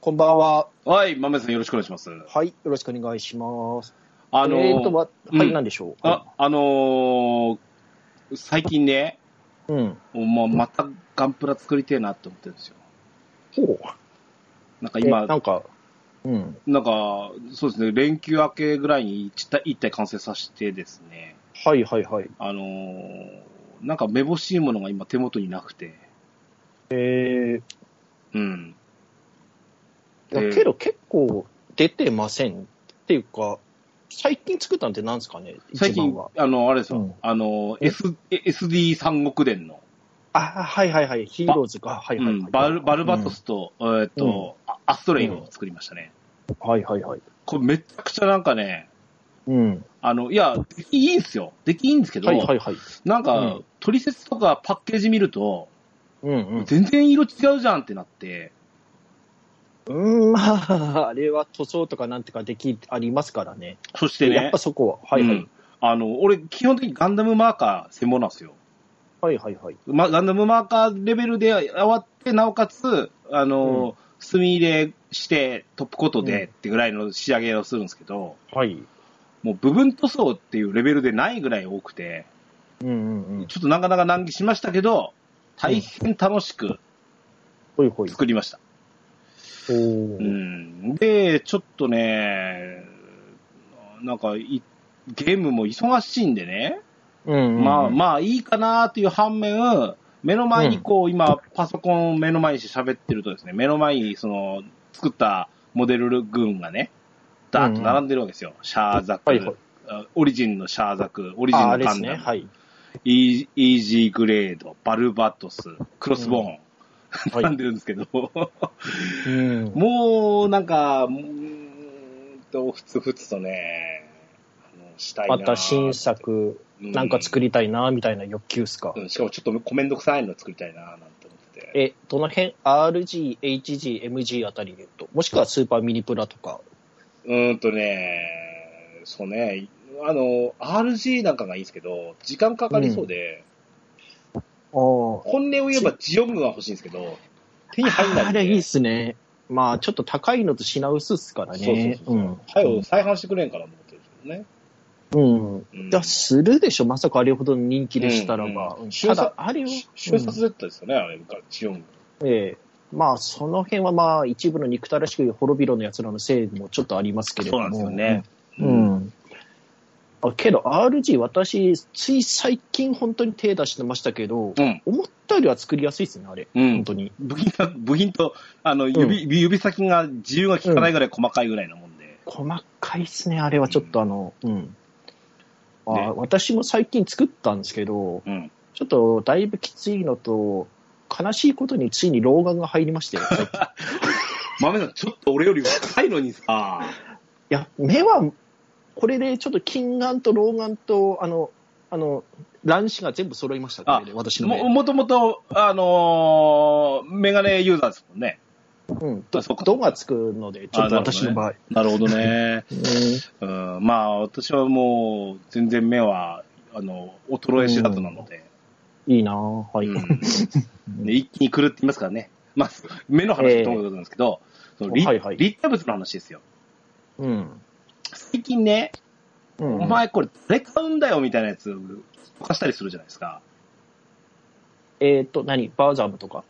こんばんは。はい、豆さんよろしくお願いします。はい、よろしくお願いします。あのーえーと、わはうい、んなんでしょう。あ、あのー最近ね、うん。もうまたガンプラ作りてえなって思ってるんですよ。ほう。なんか今、今、なんか、うん。なんか、そうですね、連休明けぐらいに一体一体完成させてですね、はいはいはい。あのーなんかめぼしいものが今手元になくて、えうん。ー、いえやーけど結構出てませんっていうか、最近作ったのってなんですかね最一近番は。、あの、あれですよ、うんあの、え S、SD 三国伝の、あ、はいはいはい。ヒーローズか。はいはいはうい、んバル、バルバトスと、えーっと、あアストレイを作りましたね。うん。はいはいはい。これめちゃくちゃなんかね、うん。あの、いや、出来いいんすよ。出来いいんですけど、はいはいはい。なんか、うん取説とかパッケージ見ると、うん全然色違うじゃんってなって、うん。うん、まあ、あれは塗装とかなんとかでき、ありますからね。そしてね、やっぱそこは。はいはうい。んあの、俺、基本的にガンダムマーカー専門なんですよ。はいはいはい。ま、ガンダムマーカーレベルで終わって、なおかつ、あの、墨入れして、トップコートでってぐらいの仕上げをするんですけど、はい。もう部分塗装っていうレベルでないぐらい多くて、うんうんうん。ちょっとなかなか難儀しましたけど、大変楽しくほいほい。作りました。おーうんで、ちょっとね、なんかい、ゲームも忙しいんでね、うんまああ、まあいいかなっていう反面、目の前にこう、今、パソコンを目の前にして喋ってるとですね、目の前にその、作ったモデル群がね、ダーッと並んでるわけですよ。シャーザク、はいはいあオリジンのシャーザク、オリジンあのあれでガすンダね。ム、はい。イーイージーグレード、バルバトス、クロスボーン、はい並んでるんですけど、 うんもう、なんか、うーんと、ふつふつとね、あのしたいな。また新作、なんか作り、りたいな、みたいな欲求っすか。うんしかもちょっとコメント臭いの作りたいな、なんて思ってて。え、どの辺 ?RG、HG、MG あたりで言うと、もしくはスーパーミニプラとか。うーんとね、そうね、あの、RG なんかがいいんですけど、時間かかりそうで、ああ。本音を言えばジオングが欲しいんですけど、手に入んないんで。あれいいっすね。まあ、ちょっと高いのと品薄っすからね。そうそうそうそううん早く再販してくれんかなと思ってるんですけどね。うん。うんいや、するでしょ。まさかあれほどの人気でしたらば。うんうんただ、あれを。瞬殺だったですよね、あれ、ジオング。ええまあ、その辺はまあ、一部の憎たらしく滅びろの奴らのせいもちょっとありますけれども。。うん。あけど、RG、私、つい最近本当に手出してましたけど、うん。思ったよりは作りやすいですね、あれ。うん本当に。部品が、部品と、あの、指、指先が自由が効かないぐらい細かいぐらいなもんで。細かいですね、あれはちょっとあの、うん。あね私も最近作ったんですけど、うん。ちょっとだいぶきついのと、悲しいことについに老眼が入りまして、最近い豆さん、ちょっと俺より若いのにさ、や、目は、これでちょっと近眼と老眼と、あの、あの、乱視が全部揃いました、これで、私の目。も、もともと、あのーメガネユーザーですもんね。うん、あそうかドがつくので、ちょっと私の場合。なるほどね。うんうん、まあ、私はもう、全然目は、あの、衰え知らずなので、いいなぁ。はい。うんで一気に狂って言いますからね。まあ、目の話ともことなんですけど、その立はいはい立体物の話ですよ。うん。最近ね、うんお前これ誰買うんだよみたいなやつ、溶かしたりするじゃないですか。えっ、と、何バーザムとか。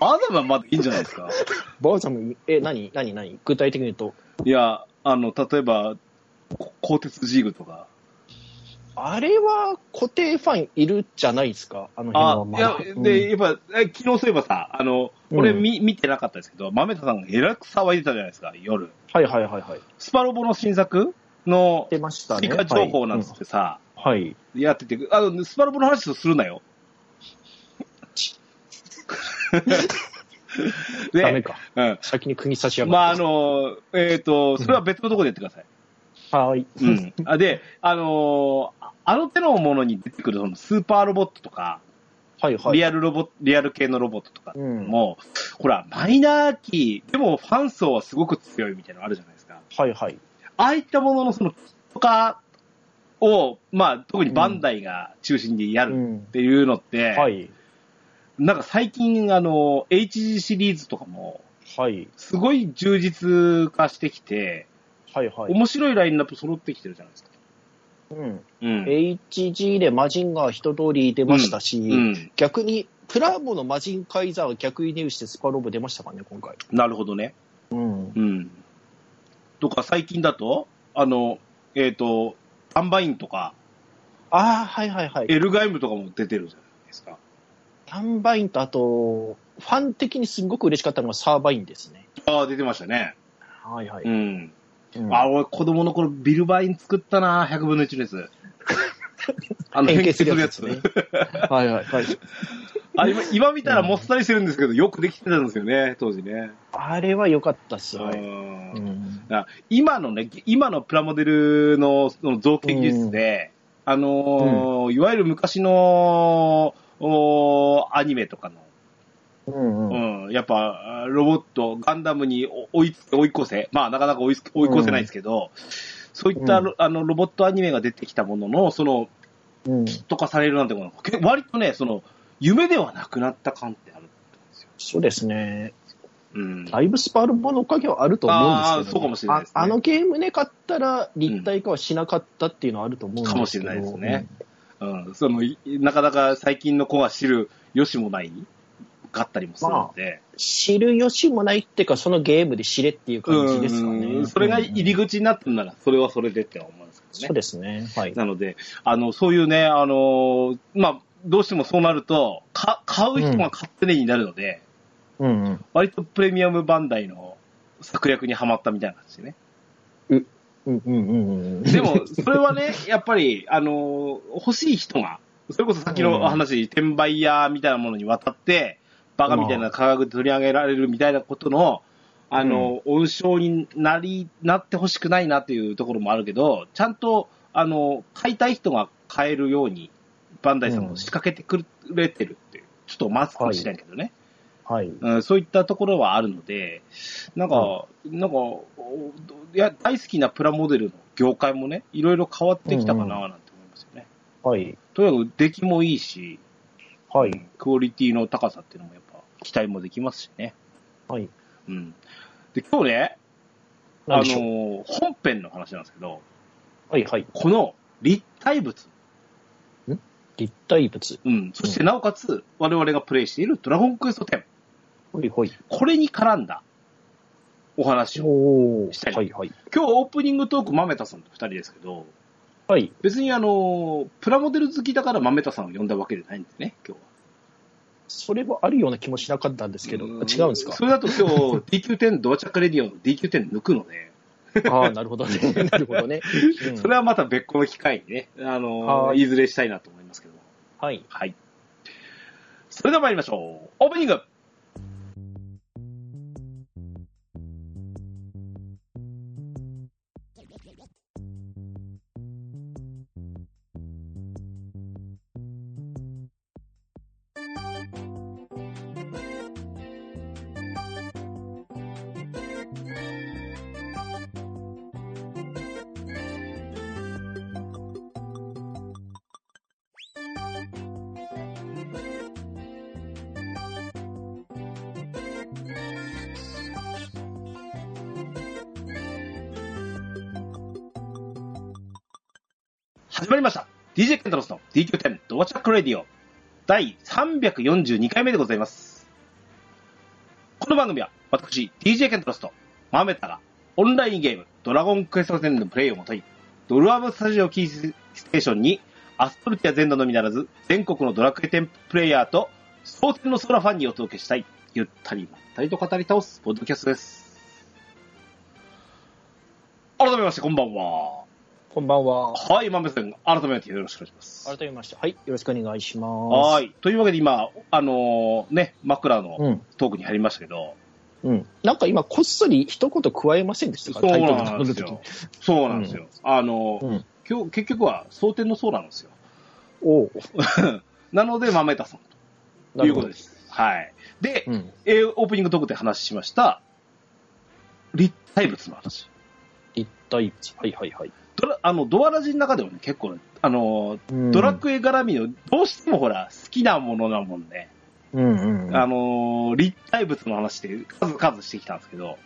アダムはまだいいんじゃないですか。バーザム、え、何何何具体的に言うと。 いや、あの、例えば、こ鋼鉄ジーグとか。あれは固定ファンいるじゃないですか。あの辺あは、いまだ。や、で、やっぱ、え昨日そういえばさ、あの、俺うん見、見てなかったですけど、豆田さんがえらく騒いでたじゃないですか、夜。はいはいはいはい。スパロボの新作の出ましたね。追加情報なんつっはいてさ、うんはい。やってて、あの、スパロボの話をするなよ。 ダメで、か。うん。先に釘刺しやがまあ、あって。の、えっ、と、それは別のところでやってください。まあ、はい。うん、あで、あのーああの手のものに出てくるそのスーパーロボットとか、はいはい。リアルロボット、リアル系のロボットとかうん。はいも、ほら、マイナーキー、でもファン層はすごく強いみたいなのあるじゃないですか。はい。ああいったもののその、とかを、まあ、特にバンダイが中心にやうるんっ。ていうのって、はい。なんか最近、あの、HG シリーズとかも、はい。すごい充実化してきて、はいはい。面白いラインナップ揃ってきてるじゃないですか。うん。うん。 HG でマジンガー一通り出ましたし、うん。逆に、プラモのマジンカイザー逆輸入してスパロボ出ましたからね、今回。なるほどね。うん。うん。とか、最近だと、あの、えっ、と、アンバインとか、ああ、はいはいはい。エルガイムとかも出てるじゃないですか。タンバインと、あと、ファン的にすごく嬉しかったのがサーバインですね。ああ、出てましたね。。はいはいうん。うんあ、俺、子供の頃、ビルバイン作ったな、100分の1のやつ。 あの、変形するやつ。変形する やつね。はいはいはい。あ今今見たらもっさりしてるんですけど、よくできてたんですよね、当時ね。あれは良かったっす。はうい。んうんあ今のね、今のプラモデルのその造形技術で、あのーいわゆる昔のおーアニメとかの、うんうんうん、やっぱロボット、ガンダムに追いつ追い越せ、まあなかなか追いつ追い越せないですけど、そういったうロ,、あのロボットアニメが出てきたものの、その、うんとかされるなんてことけ割とね、その、夢ではなくなった感ってあるんですよ。そうですね。うん。だいぶスパルボのおかげはあると思うんですけど、あーそうかもしれないですねああのゲームね、買ったら立体化はしなかったっていうのはあると思うんですけど。かもしれないですね。うん、その、いなかなか最近の子が知る良しもないがあったりもするので、知る由もないっていうか、そのゲームで知れっていう感じですかうね。んそれが入り口になったんなら、それはそれでって思うんですけそどうね。ですね。はい。なので、あの、そういうね、あの、まあ、どうしてもそうなると、か買う人が勝手になるので、うんうん。割とプレミアムバンダイの策略にはまったみたいな感じでね。うんうんうんうん。でも、それはね、やっぱり、あの、欲しい人が、それこそ先のお話、転売屋みたいなものに渡って、バカみたいな価格で取り上げられるみたいなことの、あの、温床になり、なってほしくないなっていうところもあるけど、ちゃんと、あの、買いたい人が買えるように、バンダイさんも仕掛けてくれてるっていう、ちょっとマスクしないけどね。はい。うん、そういったところはあるので、なんか、なんか、おいや、大好きなプラモデルの業界もね、いろいろ変わってきたかななんて思いますよね。はい。とにかく出来もいいし、はい。クオリティの高さっていうのもやっぱ期待もできますしね。はい。うん。で、今日ね、あなんのでしょう。ー、本編の話なんですけど、はいはい。この立体物、立体物。うん、そしてなおかつ我々がプレイしているドラゴンクエスト10、ほいほい。これに絡んだお話を、おしたー。いはいはい。今日オープニングトーク、まめたさんと二人ですけど、はい。別にあの、プラモデル好きだから豆田さんを呼んだわけじゃないんですね、今日は。それはあるような気もしなかったんですけど、違うんですかそれだと今 日 DQ10 ドアチャクレディオの DQ10 抜くので、ああ、なるほどね。なるほどね。うんそれはまた別個の機会にね、あの、、はいずれしたいなと思いますけども。はい。はい。それでは参りましょう。オープニング始まりました。DJ ケンタロスの DQ10 ドアチャックレディオ第342回目でございます。この番組は私、DJ ケンタロスとマメタがオンラインゲームドラゴンクエスト10のプレイをもとにドルアムスタジオキーステーションにアストルティア全土のみならず全国のドラクエ10プレイヤーとスポーツのソーラファンにお届けしたいゆったりまったりと語り倒すポッドキャストです。改めましてこんばんは。こんばんは。はい、まめさん、改めてよろしくお願いします。改めまして、はい。よろしくお願いします。。はいい。というわけで今、あのーね、枕のうん。トークに入りましたけど、うん。なんか今、こっそり一言加えませんでしたかそうタイトルなんですのよ。そうなんですよ。あのーうん今日、結局は、蒼天のそうなんですよ。おうなので、豆田さんということなるです。はい。で、ほどうん。えーオープニングトークで話しました、立体物の話。立体物。はいはいはい。ドラあのドアラジの中でもね、結構ね、あのードラクエ絡みの、どうしてもほら、好きなものなもんで、うんうんうんあのー立体物の話で数々してきたんですけど、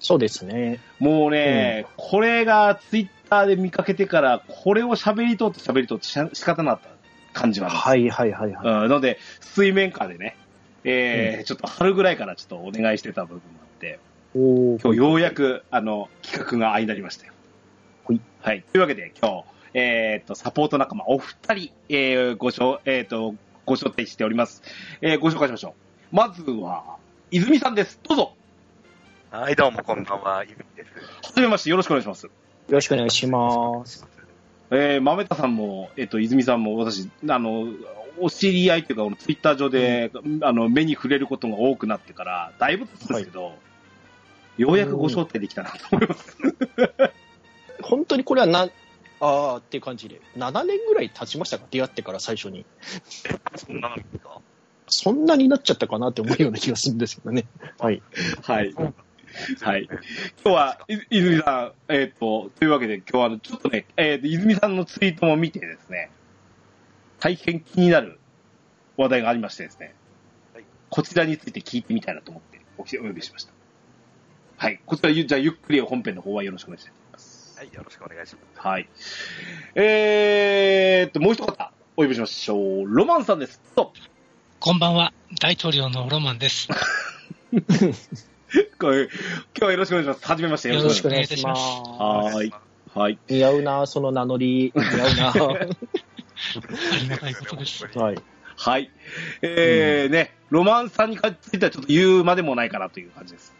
そうですね。もうね、これがツイッターで見かけてから、これを喋りとって喋りとってしゃ仕方なかった感じはあるんですはいはいはいはい。うん、ので、水面下でね、えーちょっと春ぐらいからちょっとお願いしてた部分もあって、おー今日ようやく、あの、企画が相なりましたよ。ほい。はい。というわけで、今日、えーっと、サポート仲間、お二人、えーご紹、えーっと、ご紹介しております。えーご紹介しましょう。まずは、泉さんです。どうぞ。はい、どうもこんばんは、ゆみです。はじめまして、よろしくお願いします。よろしくお願いします。えー、豆田さんも、えっ、と、泉さんも、私、あの、お知り合いというか、ツイッター上で、あの、目に触れることが多くなってから、だいぶ経つんですけど、ようやくご招待できたなと思います。本当にこれはな、あーっていう感じで、7年ぐらい経ちましたか、出会ってから最初に。そんなのですかそんなになっちゃったかなって思うような気がするんですけどね。はい。はい。はい。今日は、い泉さん、えっ、と、というわけで、今日はあの、ちょっとね、えっ、と、泉さんのツイートも見てですね、大変気になる話題がありましてですね、はいこちらについて聞いてみたいなと思って、おきお呼びしました。はい。こちら、ゆじゃあ、ゆっくり本編の方はよろしくお願いします。はい、よろしくお願いします。はい。えーっと、もう一方、お呼びしましょう。ロマンさんです。と、こんばんは、大統領のロマ ンです。こう今日はよろしくお願いします。はじめまして。よよろろししくくおお願願いいししまますす。はーい。はい。似合うな、その名乗り。似合うありがたいことです。な。はい。 はい。えー、ね、ロマンさんについてはちょっと言うまでもないかなという感じです。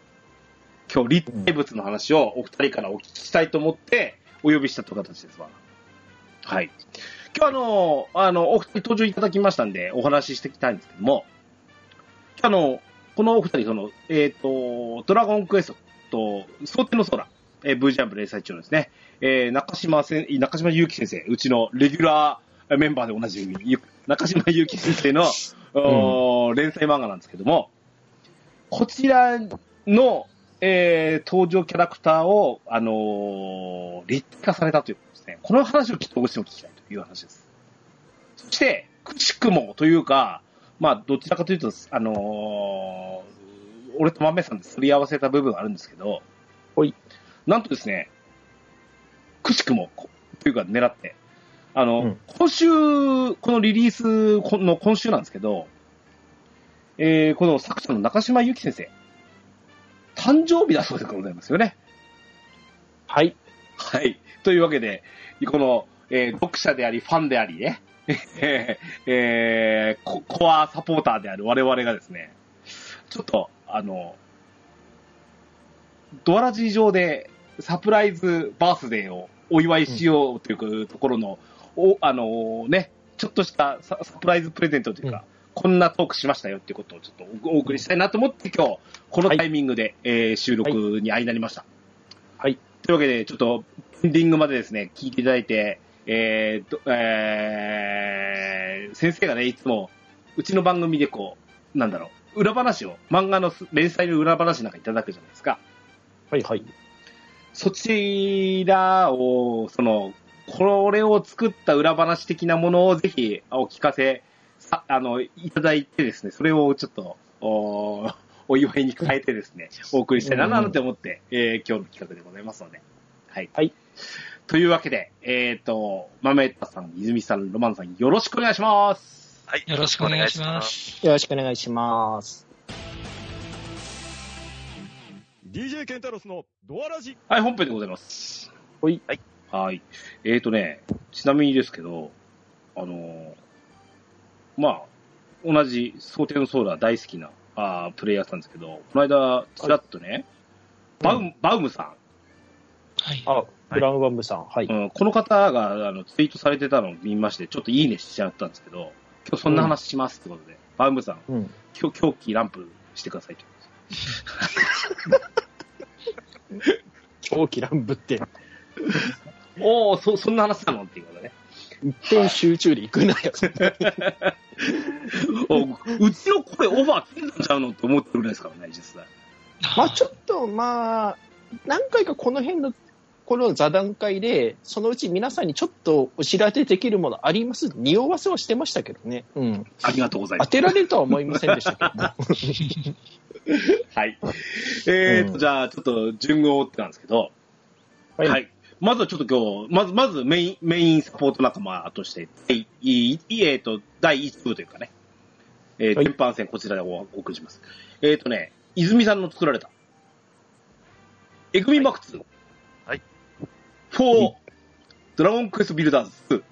今日、立体物の話をお二人からお聞きしたいと思って、お呼びしたという形ですわ。はい。今日あの、あの、お二人登場いただきましたんで、お話ししていきたいんですけども、今日あの、このお二人、その、えっ、と、ドラゴンクエストと、想定の空、えー、V ジャンプ連載中のですね、えー、中島せん、中島祐樹先生、うちのレギュラーメンバーでおなじみ、ゆ中島祐樹先生の、おー連載漫画なんですけども、こちらの、えー登場キャラクターを、あのー立体化されたということですね。この話をきっとどうしても聞きたいという話です。そして、くしくもというか、まあ、どちらかというと、あのー俺と豆さんですり合わせた部分があるんですけど、ほい。なんとですね、くしくも、こというか狙って、あの、うん今週、このリリースこの今週なんですけど、えーこの作者の中島由紀先生、誕生日だそうでございますよね。はい。はい。というわけで、この、えー読者であり、ファンでありね、 えーえーココアサポーターである我々がですね、ちょっと、あの、ドアラジ上でサプライズバースデーをお祝いしようというところの、おあのね、ちょっとしたササプライズプレゼントというか、こんなトークしましたよっていうことをちょっとおお送りしたいなと思って今日、このタイミングで、えー収録に相なりました。はい。というわけで、ちょっと、エンディングまでですね、聞いていただいて、えーと、えー、先生がね、いつも、うちの番組でこう、なんだろう、裏話を、漫画の連載の裏話なんかいただくじゃないですか。はいはい。そちらを、その、これを作った裏話的なものをぜひお聞かせ、さあの、いただいてですね、それをちょっと、お お祝いに変えてですね、お送りしたいななんて思って、えー今日の企画でございますので。はい。はい。というわけで、えっ、と、豆田さん、泉さん、ロマンさん、よろしくお願いします。はい、よろしくお願いします。よろしくお願いします。 DJ ケンタロスのドアラジはい、本編でございます。ほい。はい。はい。えーとね、ちなみにですけど、あのーまあ、同じ、蒼天ソーラー大好きな、あープレイヤーさんですけど、この間、ちらっとね、バウム、バウムさはい。あ、ブラウンバンブさん。はいん、。うん、この方があのツイートされてたのを見まして、ちょっといいねしちゃったんですけど、今日そんな話しますってことで、バウムさん、うん。狂狂気乱舞してくださいと。狂気乱舞って、おお、そ、そんな話なのっていうことでね。一点集中で行くな よ。 おうちの声オーバーついたんちゃうのって思ってるぐらいですからね、実際。まあちょっと、まあ何回かこの辺のこの座談会で、そのうち皆さんにちょっとお知らせできるものあります匂わせはしてましたけどね。うん。ありがとうございま当す。てられるとは思いませんでしたけ どね。はい。えーと、うんじゃあ、ちょっと順を追ってたんですけど、はい。まずはちょっと今日、まず、まずメイン、メインサポート仲間として、第いいえーと、第1部というかね、えー、はい全般戦こちらでおお送りします。えーとね、泉さんの作られた、エグミマックス、はい。 4、ドラゴンクエストビルダーズ2。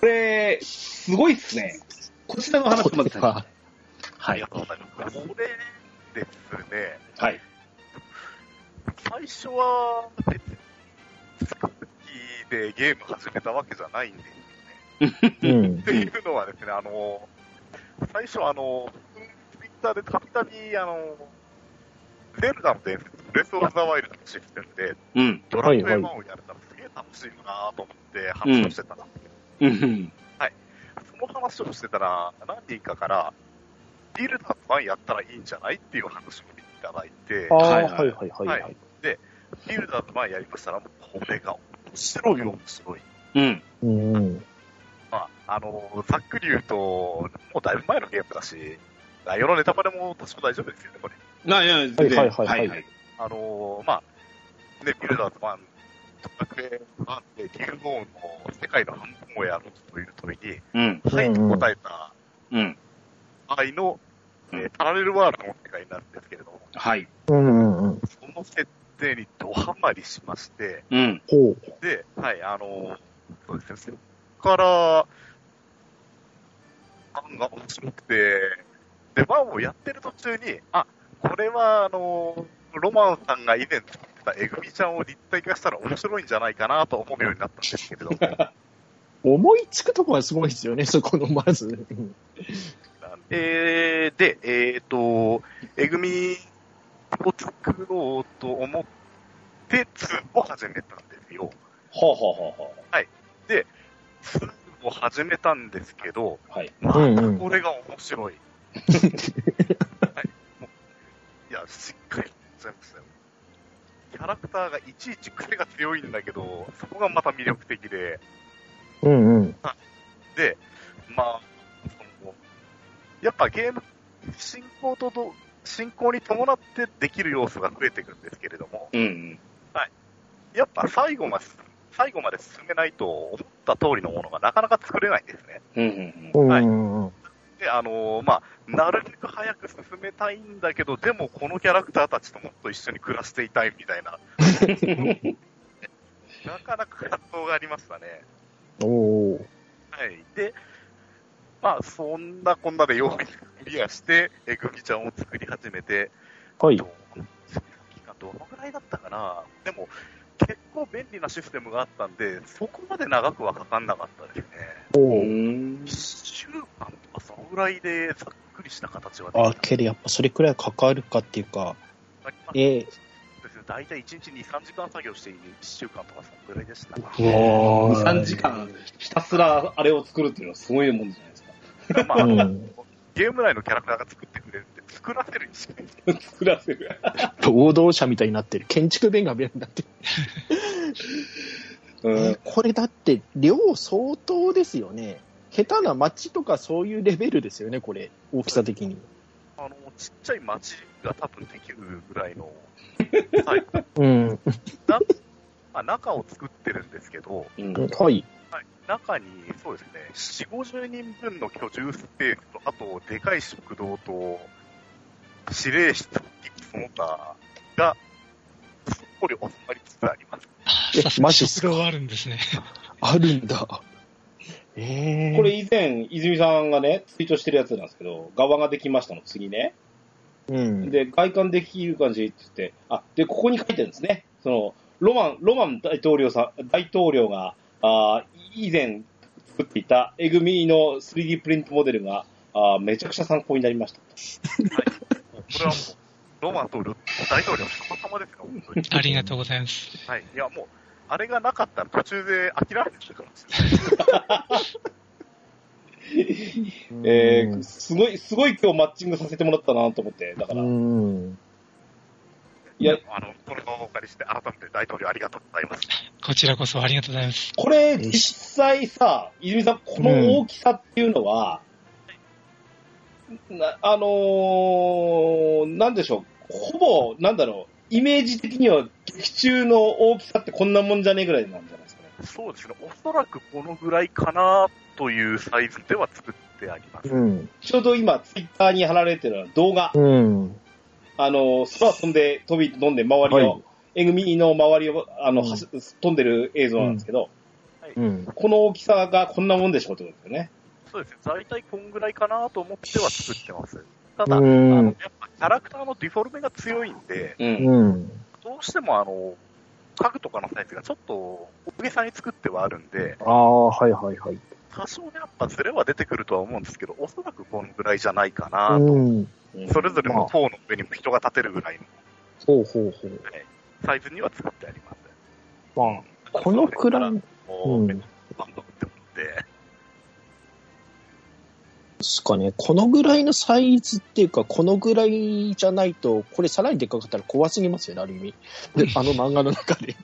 こ れ、すごいっすね。こちらの話をまず先に ははありがとうございます。これですね、はい。最初は、別に、好きでゲーム始めたわけじゃないんですよね。うんっ。ていうのはですね、あの、最初、あの、ツイッターでたびたび、あの、ゼルダの伝説、ブレスオブザワイルドのシステムで、うん。ドラクエはい1はをやれたらすげえ楽しいよなと思って話をしてたら、うん。その話をしてたら、何人かから、ビルダー1やったらいいんじゃないっていう話をいただいてあ、あ、ははいいははいいはいはい。はいビルダー1やりましたら、もうこれが面白い面白い。うん。うん。まあ、あの、ざっくり言うと、もうだいぶ前のゲームだし、内容のネタバレも多少大丈夫ですよね、これ。な、いや、全然はいはいはいはいあのーまあ、ね、ビルダーズ1、トラクエ1で、ギルゴーンの世界の半分をやろうという問いに、うん。はいと答えたうん。場合の、えーパラレルワールドの世界になるんですけれども、はい。うんうんうん。その設定にドハマりしまして、うん。ほう。で、はい、あのーそうですね、そこから、案が面白くて、で、ワンをやってる途中に、あ、これは、あのーロマンさんが以前作ったエグミちゃんを立体化したら面白いんじゃないかなと思うようになったんですけれども、思いつくとこはすごいですよね、 そこのまず。うんえー、で、えっ、と、えぐみを作ろうと思って、2を始めたんですよ。ほうほうほうほ2を 始めたんですけど、う。はい。まうんうたんこれが面白い。はい、もういや、しっかりやっちゃいましたよ。キャラクターがいちいち癖が強いんだけど、そこがまた魅力的で、うんうん。で、まあ、そのやっぱゲーム、進行とど、進行に伴ってできる要素が増えていくんですけれども、うん。やっぱ最後まで、最後まで進めないと思った通りのものがなかなか作れないんですね。うん。うん。うんうはいんうん。で、あのーまあ、なるべく早く進めたいんだけど、でもこのキャラクターたちともっと一緒に暮らしていたいみたいな、なかなか葛藤がありましたね。おーはい。で、まあ、そんなこんなでようやくクリアして、えぐみちゃんを作り始めて、はいど。うその期間どのぐらいだったかなでも、結構便利なシステムがあったんで、そこまで長くはかかんなかったですね。おーうん。 1週間とかそのぐらいでざっくりした形はできたあ、けどやっぱそれくらいかかるかっていうか、ありますえですね大体1日2、3時間作業して1週間とかそのぐらいでした。えー2、3時間、ひたすらあれを作るっていうのはすごいもんじゃないですか。 まあ、うんゲーム内のキャラクターが作ってくれるって、作らせる意識作らせる。労働者みたいになってる。建築弁が弁になってる。うえー。これだって、量相当ですよね。下手な街とかそういうレベルですよね、これ。大きさ的に。あの、ちっちゃい町が多分できるぐら いの、はい。うん。まあ、中を作ってるんですけど、うん。はい。はい、中に、そうですね、4、50人分の居住スペースと、あと、でかい食堂と、指令室、その他が、すっぽり収まりつつあります。あえ さすがマジっすか食堂はあるんですね。あるんだ。ええー。これ以前、泉さんがね、ツイートしてるやつなんですけど、側ができましたの次ね。うん。で、外観できる感じって言って、あ、で、ここに書いてるんですね。その、ロマン、ロマン大統領さん、大統領が、あー以前作っていたエグミの 3D プリントモデルが、あーめちゃくちゃ参考になりました。もうこれはもう、ロマンとル大統領、様々ですよ、本 当に。ありがとうございます。はい。いや、もう、あれがなかったら途中で諦めてたかもしれない。うんえー、すごい、すごい今日マッチングさせてもらったなと思って、だから、うん。いや、あの、この場をお借りして、改めて大統領ありがとうございます。こちらこそありがとうございます。これ、実際さ、泉さん、この大きさっていうのは、なあのー、なんでしょう、ほぼ、なんだろう、イメージ的には劇中の大きさってこんなもんじゃねえぐらいなんじゃないですかね。そうですね、おそらくこのぐらいかなというサイズでは作ってあります。うん。ちょうど今、ツイッターに貼られてるのは動画、うん。あのー、空飛んで、飛び、飛んで、周りを、はいえぐみの周りを、あの、うんはし飛んでる映像なんですけど、うん。この大きさがこんなもんでしょってことですよね。そうですね、大体こんぐらいかなと思っては作ってます。ただ、うあんのやっぱキャラクターのディフォルメが強いんで、うん。うん。どうしてもあの、家具とかのサイズがちょっと大げさに作ってはあるんで、ああ、はいはいはい。多少ね、やっぱズレは出てくるとは思うんですけど、おそらくこのぐらいじゃないかな、うん。それぞれの塔の上にも人が立てるぐらいのほうほうほう。サイズには作ってあります。まあ、このくらいもでう、うん満足って思って、すかね。このぐらいのサイズっていうか、このぐらいじゃないと、これさらにでっかかったら怖すぎますよね、ある意味。であの漫画の中で。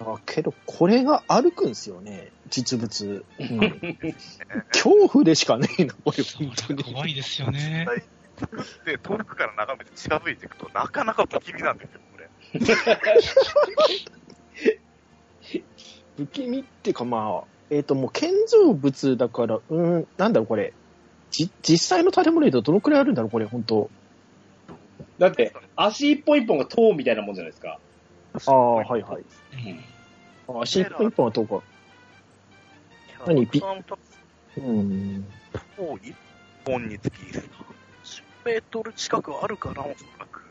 あけど、これが歩くんですよね、実物。うん、恐怖でしかねえな、これ、そう本当に。怖いですよね。作って遠くから眺めて近づいていくと、なかなか不気味なんですよ、これ。不気味ってかまあ、えっ、ともう建造物だから、うーん、なんだろうこれ。じ、実際の建物でどのくらいあるんだろうこれ、本当 だって、足一本一本が塔みたいなもんじゃないですか。ああ、はいはい。うんあ足一本一本はどうか。何キャラクターうのん。塔1本につき30メートル近くあるかな、おそらく。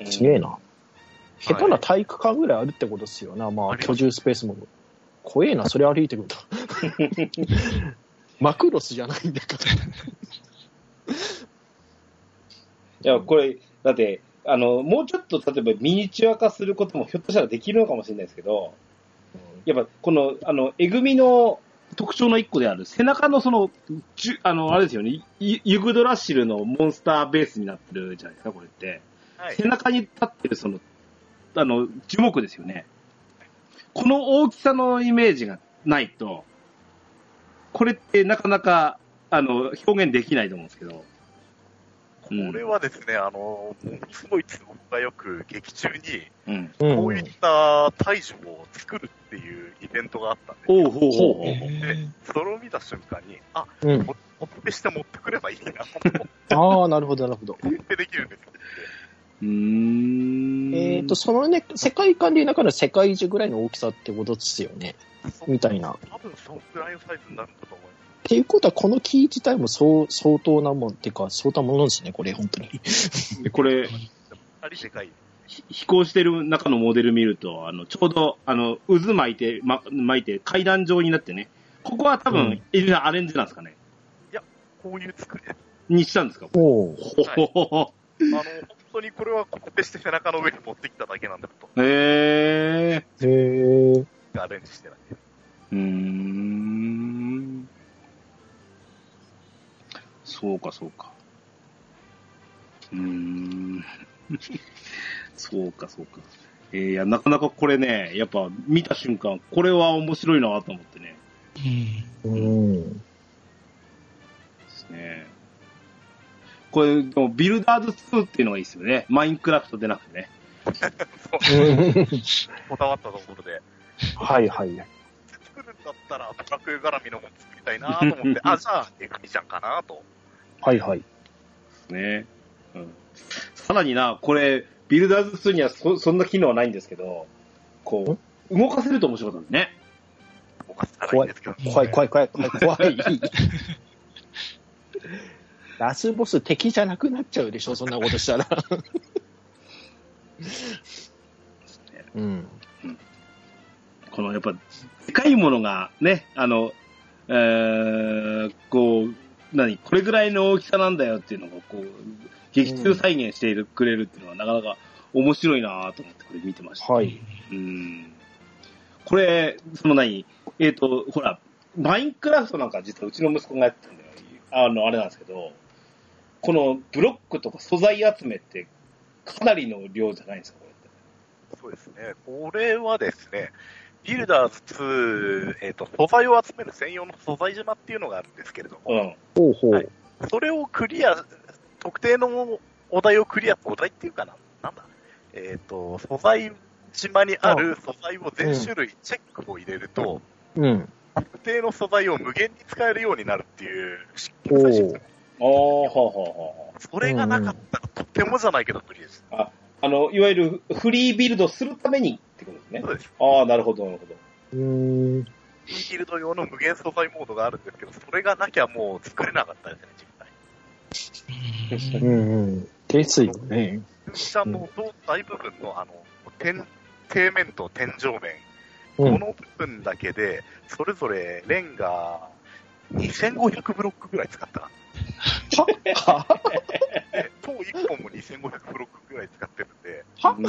うんすげえな。下手な体育館ぐらいあるってことっすよな。まああ、ります居住スペースも。怖えな、それ歩いてくると。マクロスじゃないんだから。いや、これ、だって、あの、もうちょっと、例えばミニチュア化することもひょっとしたらできるのかもしれないですけど、やっぱ、この、あの、えぐみの特徴の一個である、背中のその、じゅあの、あれですよね、いユグドラシルのモンスターベースになってるじゃないですか、これって。はい背中に立ってるその、あの、樹木ですよね。この大きさのイメージがないと、これってなかなか、あの、表現できないと思うんですけど。これはですね、あの、ものすごい都合がよく、劇中に、うん。うんこういった大樹を作るっていうイベントがあったんですおうよ。ほうほうほえう。ーそれを見た瞬間に、あ、うん。持ってして持ってくればいいな、ああ、なるほど、なるほど。持ってできるんですよ。うーんえっ、と、そのね、世界観でいう中の世界中ぐらいの大きさってことっすよね。みたいな。多分そのくらいのサイズになるんだと思いまっていうことは、この木自体もそう相当なもん、っていうか、相当なものですね、これ、本当に。これ、す。でもかなりでかい。ひ飛行してる中のモデル見ると、あの、ちょうど、あの、渦巻いて、ま、巻いて階段状になってね、ここは多う分ん、エリナアレンジなんですかねこういう作りです。にしたんですかおうほほほほ。あの、本当にこれはコピペして背中の上に持ってきただけなんだと。へえ。へえ。アレンジしてない。うーん。そうか、そうか。うーん。 そうか、そうか。えーいや、なかなかこれね、やっぱ見た瞬間、これは面白いなと思ってね。うんうん。ですね。これ、でもビルダーズ2っていうのがいいですよね。マインクラフト出なくてね。こだわったところで、はいはい。作るんだったらドラクエ絡みの本作りたいなと思って、あ、じゃあ、エクミちゃんかなと。はいはい。ね。うん。さらにな、これ、ビルダーズ2にはそそんな機能はないんですけど、こう、動かせると面白かったんね。動かしたらいいんですけど。怖い怖い怖い怖い怖い。 ラスボス敵じゃなくなっちゃうでしょ、そんなことしたら。うん。このやっぱ、でかいものがね、あの、えー、こう、何、これぐらいの大きさなんだよっていうのが、こう、劇中再現しているくれるっていうのは、なかなか面白いなと思って、これ見てました。はい。うんこれ、その何えっ、と、ほら、マインクラフトなんか実はうちの息子がやってたんだよ。あの、あれなんですけど、このブロックとか素材集めって、かなりの量じゃないですか、これって。そうですね。これはですね、ビルダーズ2、えっ、と、素材を集める専用の素材島っていうのがあるんですけれども、うん。ほうほう。はいそれをクリア、特定のお題をクリア、お題っていうかな、なんだ、えっ、と、素材島にある素材を全種類チェックを入れると、うん。特定の素材を無限に使えるようになるっていう、おお。ああ、はあ、はあ、はそれがなかったらとてもじゃないけど無理です。あ。あの、いわゆるフリービルドするためにってことですねそ。うです。ああ、なるほど、なるほど。うーん。フリーギルド用の無限素材モードがあるんですけど、それがなきゃもう作れなかったですね、実際。うんうん。ですよね。ちゃんの大部分の、あの、天、底面と天井面、うこん。の部分だけで、それぞれレンガ2500ブロックぐらい使ったな。はで塔1本も2500ブロックぐらい使ってるんで、はうん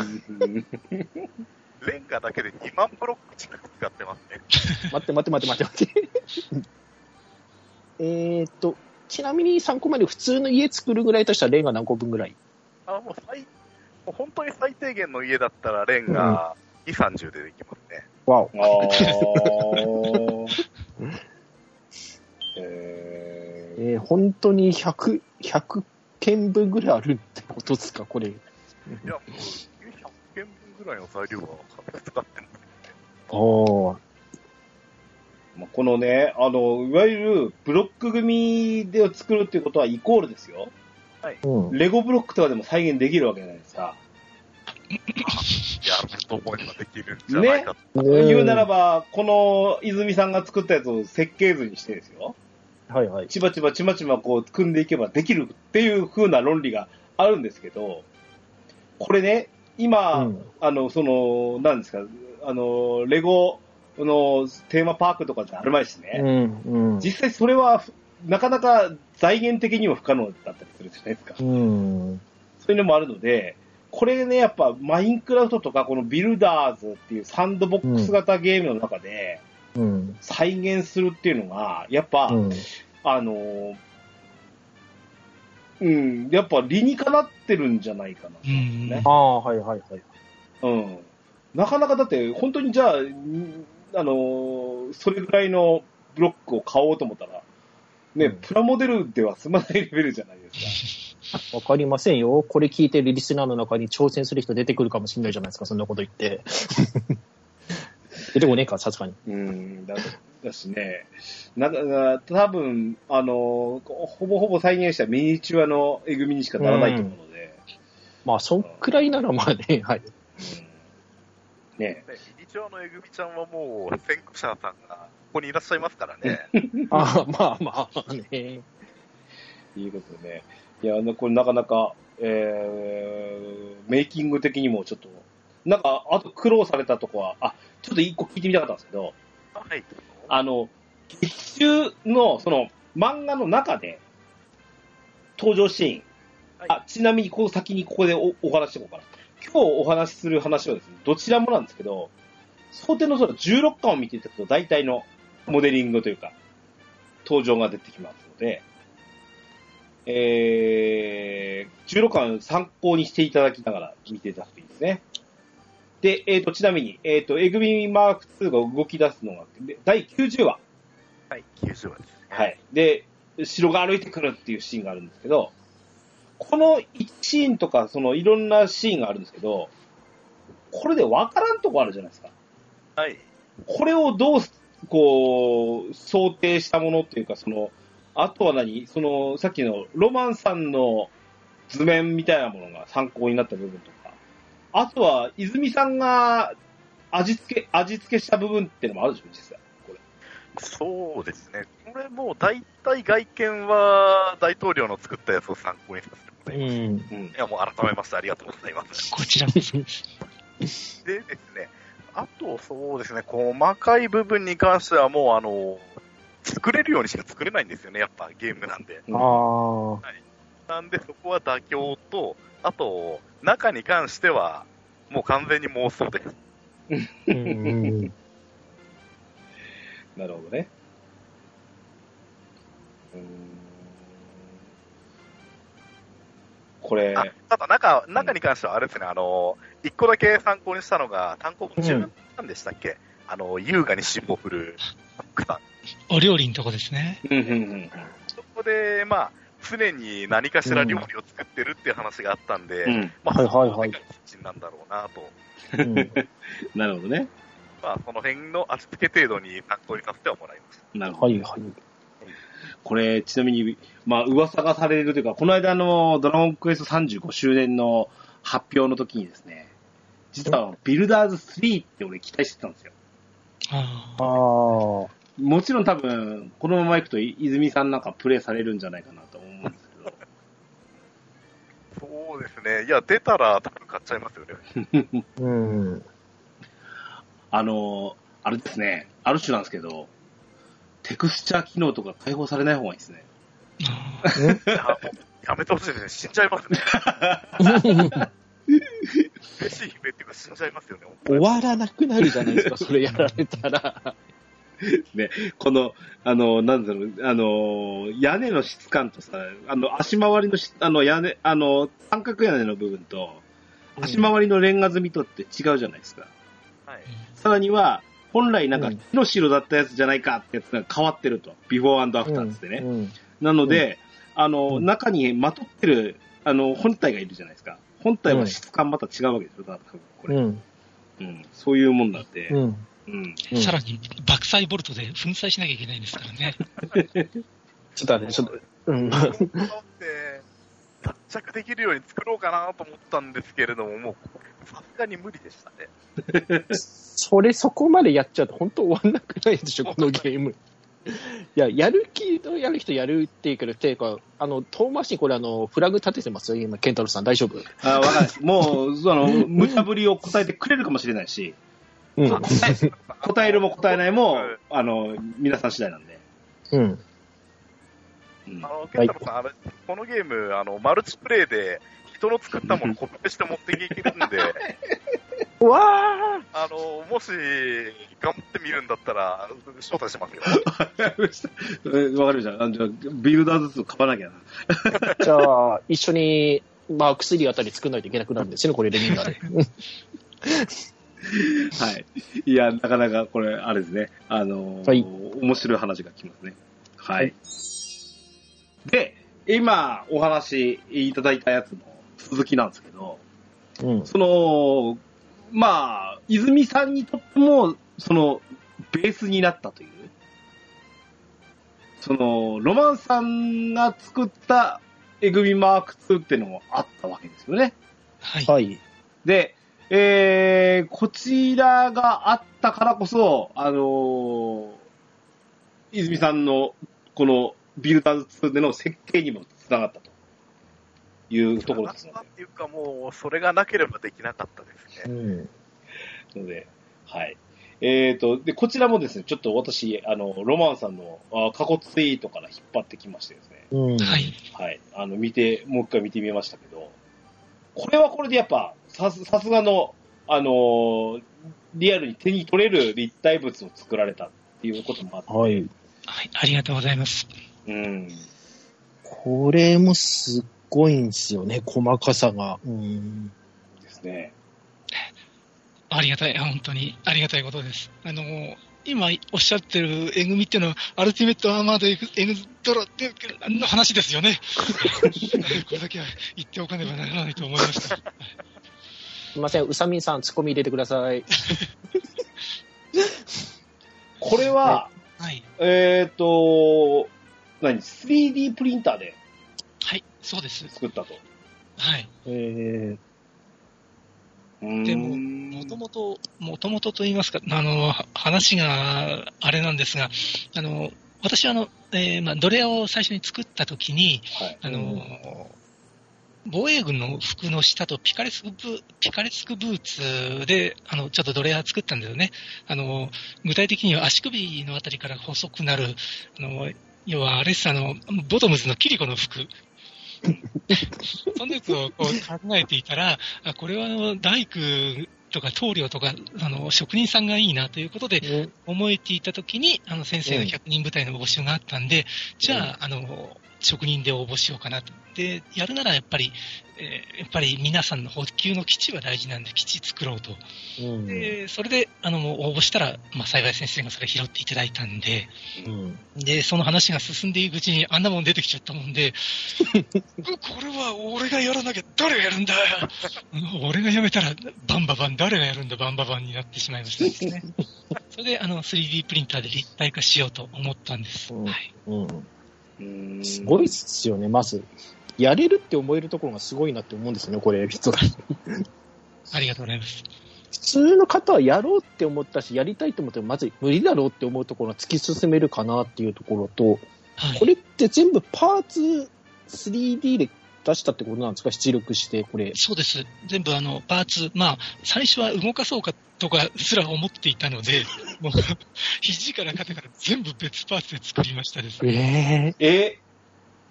レンガだけで2万ブロック近く使ってますね。待って待って待って待って待って。 えーっと、ちなみに参考まで普通の家作るぐらいとしたらレンガ何個分ぐらいあもう最、もう本当に最低限の家だったらレンガ2、30でできますね。わお。ああ。ええー、本当に100、100件分ぐらいあるってことですか、これ。いや、もう900件分ぐらいの材料は使ってます。おー。ー まあこのね、あの、いわゆるブロック組で作るっていうことはイコールですよ。うん。レゴブロックとかでも再現できるわけじゃないですか。いや、どこにもできるんじゃないかと。言うならば、この泉さんが作ったやつを設計図にしてですよ。はいはい。ちばちばちまちまこう組んでいけばできるっていう風な論理があるんですけど、これね、今、うんあの、その、なんですか、あの、レゴのテーマパークとかってあるまいしね、うん。実際それはなかなか財源的にも不可能だったりするじゃないですか。うん。そういうのもあるので、これね、やっぱマインクラフトとかこのビルダーズっていうサンドボックス型ゲームの中でうん。再現するっていうのが、やっぱ、うん。あのーうん、やっぱ理にかなってるんじゃないかな。うんねああ、はいはいはい。うん。なかなかだって、本当にじゃあ、んあのーそれぐらいのブロックを買おうと思ったら、ね、うんプラモデルでは済まないレベルじゃない ですわかりませんよ。これ聞いてるリスナーの中に挑戦する人出てくるかもしれないじゃないですか、そんなこと言 って。出てこねえか、さすがに。か。うん、だだしね、なんか、多分、あのーほぼほぼ再現したミニチュアのえぐみにしかならないと思うので、まあ、そんくらいならまあね、はい。うんね、ね、理事長のえぐみちゃんはもう、先駆者さんがここにいらっしゃいますからね。ああ、まあまあね。いいことね。いや、あのこれなかなか、えー、メイキング的にもちょっと、なんか、あと苦労されたとこは、あ、ちょっと一個聞いてみたかったんですけど、はい。あの、劇中の、その、漫画の中で、登場シーン。はいあ、ちなみに、この先にここでおお話ししていこうかな。今日お話しする話はですね、どちらもなんですけど、想定のその16巻を見ていただくと、大体のモデリングというか、登場が出てきますので、えー、16巻参考にしていただきながら見ていただくといいですね。で、えっ、と、ちなみに、えっ、と、えぐみマーク2が動き出すのが、で第90話。はい、90話ですね。はい。で、城が歩いてくるっていうシーンがあるんですけど、この1シーンとか、そのいろんなシーンがあるんですけど、これで分からんとこあるじゃないですか。はい。これをどう、こう、想定したものっていうか、その、あとは何その、さっきのロマンさんの図面みたいなものが参考になった部分とか、あとは、泉さんが味付け、味付けした部分っていうのもあるでしょ、実際。そうですね。これもう大体外見は大統領の作ったやつを参考にさせうてもらいます。ん。うんい。や、もう改めましてありがとうございます。こちらこそです。でですね、あとそうですね、細かい部分に関してはもうあの、作れるようにしか作れないんですよね、やっぱゲームなんで。ああ。なんでそこは妥協と、あと、中に関しては、もう完全に妄想です。うんうんなるほどね。うーんこれ。あただ中、中に関してはあれですね、あの、一個だけ参考にしたのが、単行本中うんなんでしたっけ、あの、優雅に尻を振る。お料理のとこですね。うんうんうん。そこで、まあ、常に何かしら料理を作ってるっていう話があったんで、うん。まあ、はいはいはいキッチンなんだろうなと。うんなるほどね。まあ、その辺の味付け程度に参考にさせてはもらいました。なるほど。はいはい。これ、ちなみに、まあ、噂がされるというか、この間のドラゴンクエスト35周年の発表の時にですね、実はビルダーズ3って俺期待してたんですよ。あああ。もちろん多分、このままいくとい泉さんなんかプレイされるんじゃないかなと思うんですけど。そうですね。いや、出たら多分買っちゃいますよね。うん。あの、あれですね、ある種なんですけど、テクスチャー機能とか解放されない方がいいですね。ーい やもうやめてほしいですね。死んじゃいます ね。嬉しい悲鳴っていうか死んじゃいますよね。終わらなくなるじゃないですか、それやられたら。この、あの、なんだろう、あの、屋根の質感とさ、あの、足回りのし、あの、屋根、あの、三角屋根の部分と、足回りのレンガ積みとって違うじゃないですか。はい。さらには、本来なんうかん木の白だったやつじゃないかってやつが変わってると。ビフォーアフターっつってね。うん。なので、あの、うん中にまとってる、あの、本体がいるじゃないですか。本体は質感また違うわけですよ、多分これ、うん。うんそういうもんなんで、うん。うんうんさらに爆砕ボルトで粉砕しなきゃいけないんですからね。ちょっとあれ、ちょっ と、うん。本当だって脱着できるように作ろうかなと思ったんですけれども、もう、さすがに無理でしたね。それそこまでやっちゃうと本当終わんなくないでし ょ、このゲーム。いや、やる気のやる人やるっていうけど、ていうか、あの、遠回しにこれあの、フラグ立ててますよ、今、ケンタロウさん大丈夫あわかんないもう、その、無茶ぶりを答えてくれるかもしれないし、うんあ答えるも答えないも、あの、皆さん次第なんで。うん。うんあの、ケンタロウさん、あれ、このゲーム、あの、マルチプレイで、人の作ったものをコピペして持っていけるん で、わあの、もし、頑張ってみるんだったら、招待 しますよ。わかりました。わかりました。あじゃあビルダーズ2買わなきゃな。ーじゃあ、一緒に、まあ、薬あたり作んないといけなくなるんですよね、これでみんなで。はい。いや、なかなかこれ、あれですね。あのーはい面白い話が来ますね。はい。で、今お話いただいたやつの続きなんですけど、うん。その、まあ、泉さんにとっても、その、ベースになったという、その、ロマンさんが作ったえぐみマーク2っていうのもあったわけですよね。はい。はい。で、えー、こちらがあったからこそ、あのー泉さんのこのビルダーズ2での設計にもつながったというところですなんていうか、もう、それがなければできなかったですうね。ん。ので、はい。えー、と、で、こちらもですね、ちょっと私、あの、ロマンさんのあ過去ツイートから引っ張ってきましてですね、うん。はい。はい。あの、見て、もう一回見てみましたけど、これはこれでやっぱ、さす、さすがの、あのーリアルに手に取れる立体物を作られたっていうこともあって、はい。はい。ありがとうございます。うん。これもすっごいんですよね、細かさが。うん。ですね。ありがたい。本当にありがたいことです。あの、今おっしゃってるえぐみっていうのは、アルティメットアーマードエグエグドラっていうの話ですよ ね。これだけは言っておかねばならないと思いました。すいません、うさみんさん、ツッコミ入れてください。これは、はい。えっ、と、何 ?3D プリンターではい。そうです。作ったと。はい。えでももともと、もともとと言いますか、あの、話があれなんですが、あの、私はあの、えーまあ、ドレアを最初に作った時に、はい。あの、うん防衛軍の服の下とピカレスクブピカレスクブーツで、あの、ちょっとドレア作ったんだよね。あの、具体的には足首のあたりから細くなる、あの、要はあれです、あの、ボトムズのキリコの服。そんなやつをこう考えていたら、あこれはあの大工とか棟梁とか、あの、職人さんがいいなということで、ー、思えていたときに、あの先生の100人部隊の募集があったんで、じゃあ、あの、職人で応募しようかなと。で、やるならやっぱり、えーやっぱり皆さんの補給の基地は大事なんで、基地作ろうと。うんで、それで、あの、もう応募したら、まあ、幸い先生がそれ拾っていただいたんで、うんで、その話が進んでいくうちにあんなもん出てきちゃったも んで、これは俺がやらなきゃ誰がやるんだ俺がやめたらバンババン、誰がやるんだバンババンになってしまいましたですね。 それであの 3D プリンターで立体化しようと思ったんです。うんはい、うんうんすごいっすよね、まず。やれるって思えるところがすごいなって思うんですよね、これ、人がありがとうございます。普通の方はやろうって思ったし、やりたいと思っても、まず無理だろうって思うところが突き進めるかなっていうところと、はい、これって全部パーツ 3D で出したってことなんですか出力して、これ。そうです。全部あの、パーツ、まあ、最初は動かそうかとかすら思っていたので、もう、 肘から肩から全部別パーツで作りましたです。ええ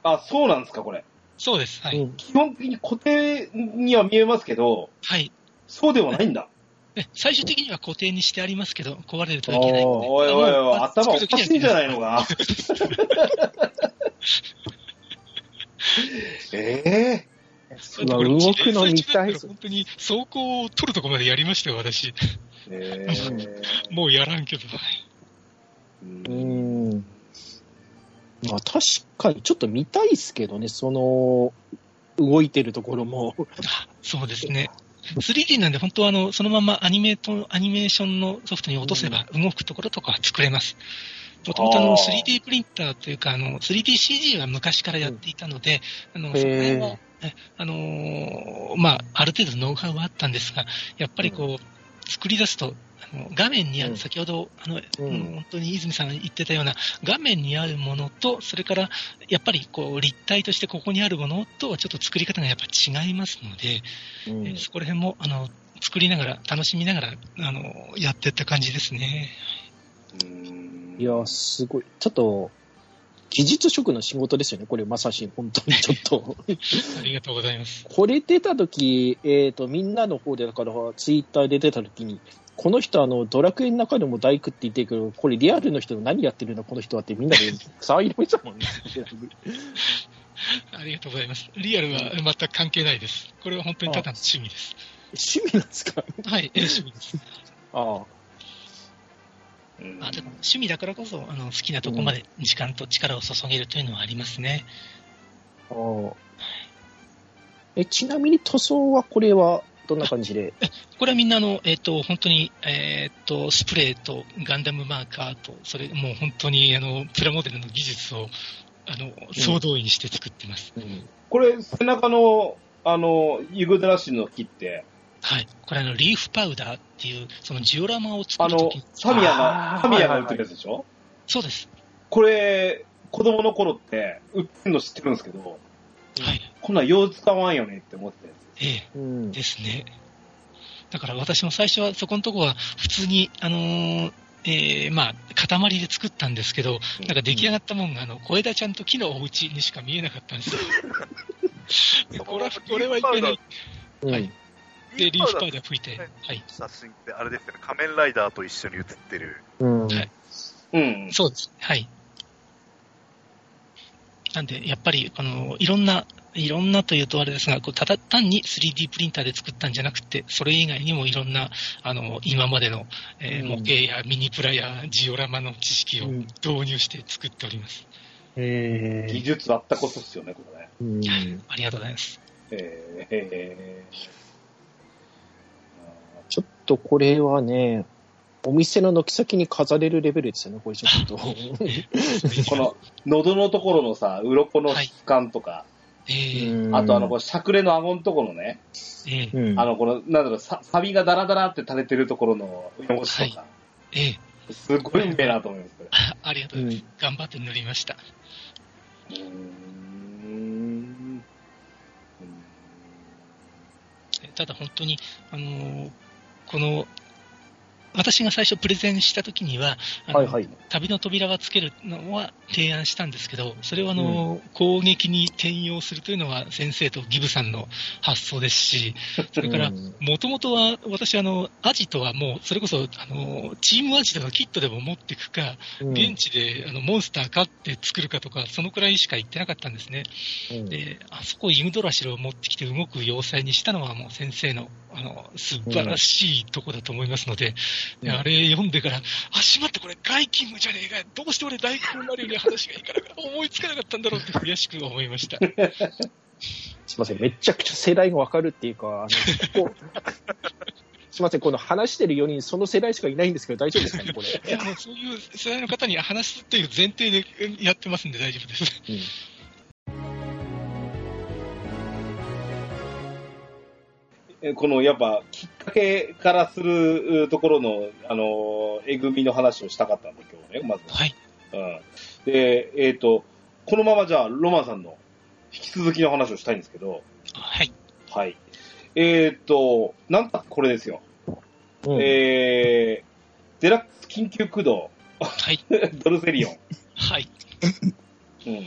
あ、そうなんですか、これ。そうです。はうい。ん基本的に固定には見えますけど、はい。そうではないんだ。ね最終的には固定にしてありますけど、壊れるといけないので。おいおいおい、あの頭おかしいんじゃないの。パーツ作る時には か。ええそういうところうわ動くの見たい 最初だったら本当に走行を取るとこまでやりましたよ、私。えもうやらんけど。はいー、うん。まあ確かにちょっと見たいっすけどね、その、動いてるところも。そうですね。3D なんで本当はあの、そのままアニメと、アニメーションのソフトに落とせば動くところとかは作れます。もともとああのー 3D プリンターというかあの 3DCG は昔からやっていたので、あの、へーそこら辺は、えあのーまあ、ある程度ノウハウはあったんですが、やっぱりこう、作り出すと、あの画面にあうんる、先ほど、あの、うんうん本当に泉さんが言ってたような、画面にあるものと、それから、やっぱりこう、立体としてここにあるものとはちょっと作り方がやっぱ違いますので、えーそこら辺も、あの、作りながら、楽しみながら、あの、やってった感じですね。いやー、すごい。ちょっと、技術職の仕事ですよね、これ、まさし、本当にちょっと。ありがとうございます。これ出た時、えっ、と、みんなの方で、だから、ツイッターで出た時に、この人、あの、ドラクエの中でも大工って言ってるけど、これリアルの人何やってるんだ、この人はってみんなで騒いでましたもんね。ありがとうございます。リアルは全く関係ないです。これは本当にただの趣味です。趣味なんですかはい、えー趣味です。ああ。あでも趣味だからこそ、あの、好きなとこまで時間と力を注げるというのはありますね。ああえちなみに塗装は、これは、どんな感じでこれはみんなあの、えっ、と、本当に、えっ、と、スプレーとガンダムマーカーと、それ、もう本当に、あの、プラモデルの技術を、あの、総動員して作ってます。これ、背中の、あの、ユグドラシンの木って、はい。これあの、リーフパウダーっていう、そのジオラマを作あるとのきに、サミヤあーが、サミヤが売ってるやつでしょ、そうです。これ、子供の頃って、売ってんの知ってるんですけど、はい。こんなんよう使わんよねって思ってたやつ。えうえ。ん。ですね。だから私も最初はそこのとこは普通に、あのーえーまあ、塊で作ったんですけど、なんか出来上がったもんが、あの、小枝ちゃんと木のお家にしか見えなかったんですよ。でこれは、これはいけない。うんはいで、リーフパウダー吹いて、はいはい。写真ってあれですよね、仮面ライダーと一緒に写ってる。うんはいうん。そうです。はい。なんで、やっぱり、あの、いろんな、いろんなというとあれですが、こうただ単に 3D プリンターで作ったんじゃなくて、それ以外にもいろんな、あの、今までの、えうーん模型やミニプラやジオラマの知識をうん導入して作っております。え技術あったことっすよね、これね。うんありがとうございます。えーえちょっとこれはね、お店の軒先に飾れるレベルですよね、これちょ っと。ーこの、喉のところのさ、鱗の質感とか、えーうんあとあの、こ、れ、しゃくれの顎のところのね、えーうんあの、この、なんだろう、さサビがダラダラって垂れてるところの汚しとか、えー すごいうめえなと思います、これ。あありがとうございますう。頑張って塗りました。うん。ただ本当に、あのーこの私が最初プレゼンした時には、あのはいはい。旅の扉はつけるのは提案したんですけど、それをあの、攻撃に転用するというのは先生とギブさんの発想です し、それからう、んもともとは私あの、アジトはもう、それこそ、あの、チームアジトのキットでも持っていくか、うん現地であのモンスター飼って作るかとか、そのくらいしか言ってなかったんですね。うんで、あそこイムドラシルを持ってきて動く要塞にしたのはもう先生の、あの、素晴らしいとこだと思いますので、うんあれ読んでから、あ、しまってこれガイキングじゃねえかよどうして俺大工になるように話がいかなく思いつかなかったんだろうって悔しく思いました。すいません、めちゃくちゃ世代がわかるっていうか、 あのここすいません、この話してる4人、その世代しかいないんですけど、大丈夫ですかね、これ。いや、もうそういう世代の方に話すっていう前提でやってますんで大丈夫です。えこのやっぱきっかけからするうところの、あのー、えぐみの話をしたかったんで、今日はね、まず。はい。うん。で、えっ、と、このままじゃあ、ロマンさんの引き続きの話をしたいんですけど、はい。はい。えっ、と、なんかこれですよ。うんえー、デラックス緊急駆動、 はい。ドルセリオン。はい。うん。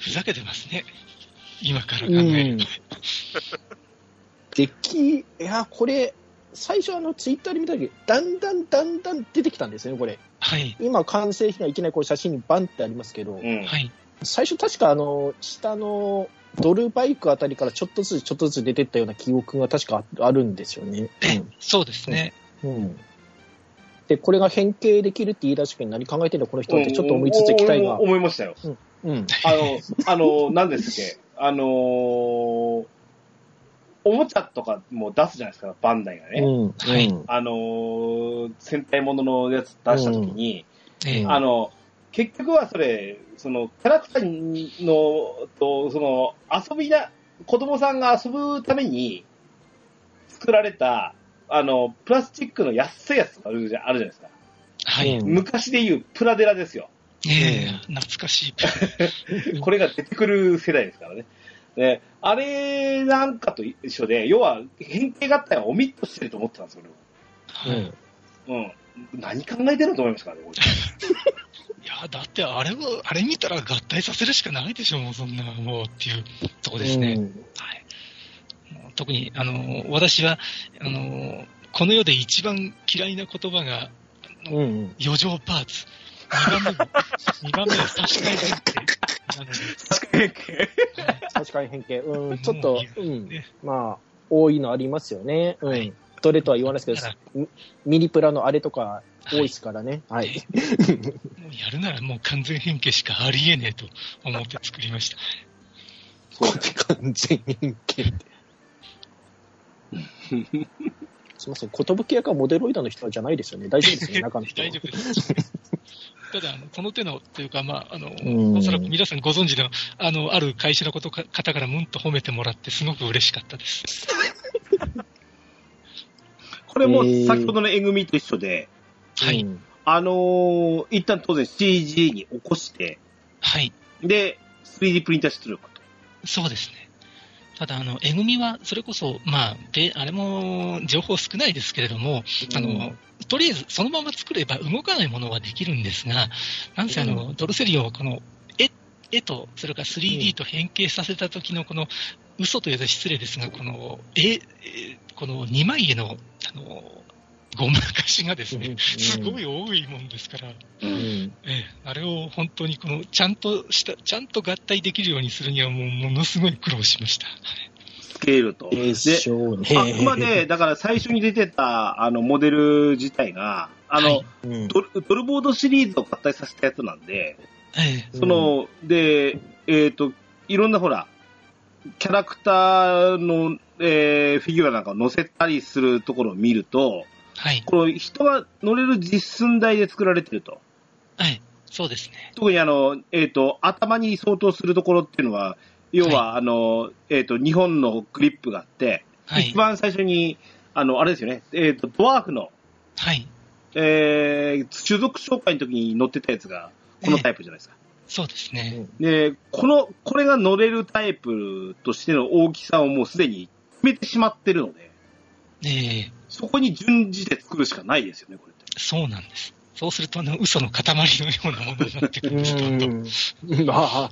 ふざけてますね。今から考えうるんと。でき、いや、これ、最初あの、ツイッターで見た時だんだんだんだん出てきたんですよね、これ。はい。今、完成品はいきなりこう写真にバンってありますけど、うん。はい。最初確かあの、下のドルバイクあたりからちょっとずつちょっとずつ出てったような記憶が確かあるんですよね。そうですね。うん。で、これが変形できるって言い出しに何考えてんだこの人ってちょっと思いつつ期待がうん。思いましたよ。うん。あの、 あの、何ですっけ、あのーおもちゃとかも出すじゃないですか、バンダイがね。うん。はいうんあのー戦隊もののやつ出したときに、 ええあの、結局はそれ、その、キャラクターの、と、その、遊びな、子供さんが遊ぶために作られた、あの、プラスチックの安いやつとかあるじゃあるじゃないですか。はうい。ん昔で言うプラデラですよ。ええ懐かしい。これが出てくる世代ですからね。で、あれなんかと一緒で、要は変形合体はオミットしてると思ってたんですよ、うはいん俺はうん。何考えてるのと思いますからね、俺いや、だってあれは、あれ見たら合体させるしかないでしょ、もうそんな、もうっていうとこですね。うんはい。もう特に、あの、私は、あの、この世で一番嫌いな言葉が、うん。余剰パーツ。2番目、2番目は差し替え変形なので。 確かに変形。うん。ちょっと、うんね。まあ、多いのありますよね。うはんい。どれとは言わないですだけかど、ミミニプラのあれとか多はいですからね。はい。もうやるならもう完全変形しかありえねえと思って作りました。完全変形って。すみません、寿やかモデロイドの人じゃないですよね。大丈夫ですよね、中の人。 大丈夫です。 ただ、あのその手の、というか、まあ、あの、んおそらく皆さんご存知の、あの、ある会社のことか方からうんと褒めてもらって、すごく嬉しかったです。これも先ほどのえぐみと一緒で、はい、うん。あのー一旦当然 CG に起こして、はい、で、3D プリンター出力と。そうですね。ただ、あの、えぐみは、それこそ、まあ、で、あれも、情報少ないですけれども、あの、とりあえず、そのまま作れば動かないものはできるんですが、なんせ、あの、ドルセリオはこの、絵、絵と、それから 3D と変形させた時の、この、嘘というと失礼ですが、この、絵、えこの2枚絵の、あの、ごまかしがですね、すごい多いもんですから、うん。ええ、あれを本当にこの、ちゃんとした、ちゃんと合体できるようにするにはもう、ものすごい苦労しました。スケールと。でしょうね。あくま で、だから最初に出てた、あの、モデル自体が、あの、はいうん、ドルドルボードシリーズを合体させたやつなんで、ええ、その、で、えっ、と、いろんなほら、キャラクターの、えーフィギュアなんかを乗せたりするところを見ると、はい、この人が乗れる実寸大で作られてると。はい、そうですね。特にあの、えっ、と、頭に相当するところっていうのは、要は、あの、えっ、と、2本のグリップがあって、はい一、番最初に、あの、あれですよね、えっ、と、ドワーフの、はい、えー種族紹介の時に乗ってたやつが、このタイプじゃないですか。そうですね。で、この、これが乗れるタイプとしての大きさをもうすでに決めてしまってるので、ええ、そこに準じて作るしかないですよね、これって。そうなんです。そうすると、あの、嘘の塊のようなものになってくるんです、どんどんうん。まあ、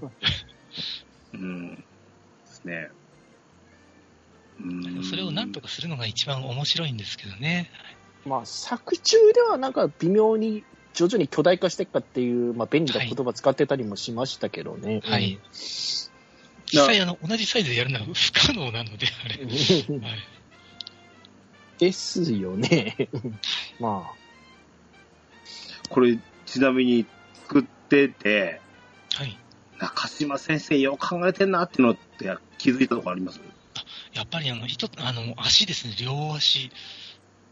うん。ですね。でうもん。それをなんとか。かするのが一番面白いんですけどね。まあ、作中ではなんか微妙に徐々に巨大化していくかっていう、まあ、便利な言葉使ってたりもしましたけどね。はい。実際、あの、同じサイズでやるのは不可能なので、あれ。うん。はいですよね。 まあ。これ、ちなみに作ってて、はい。中島先生よく考えてんなってのって気づいたとこありますやっぱりあの、一つ、あの、足ですね、両足。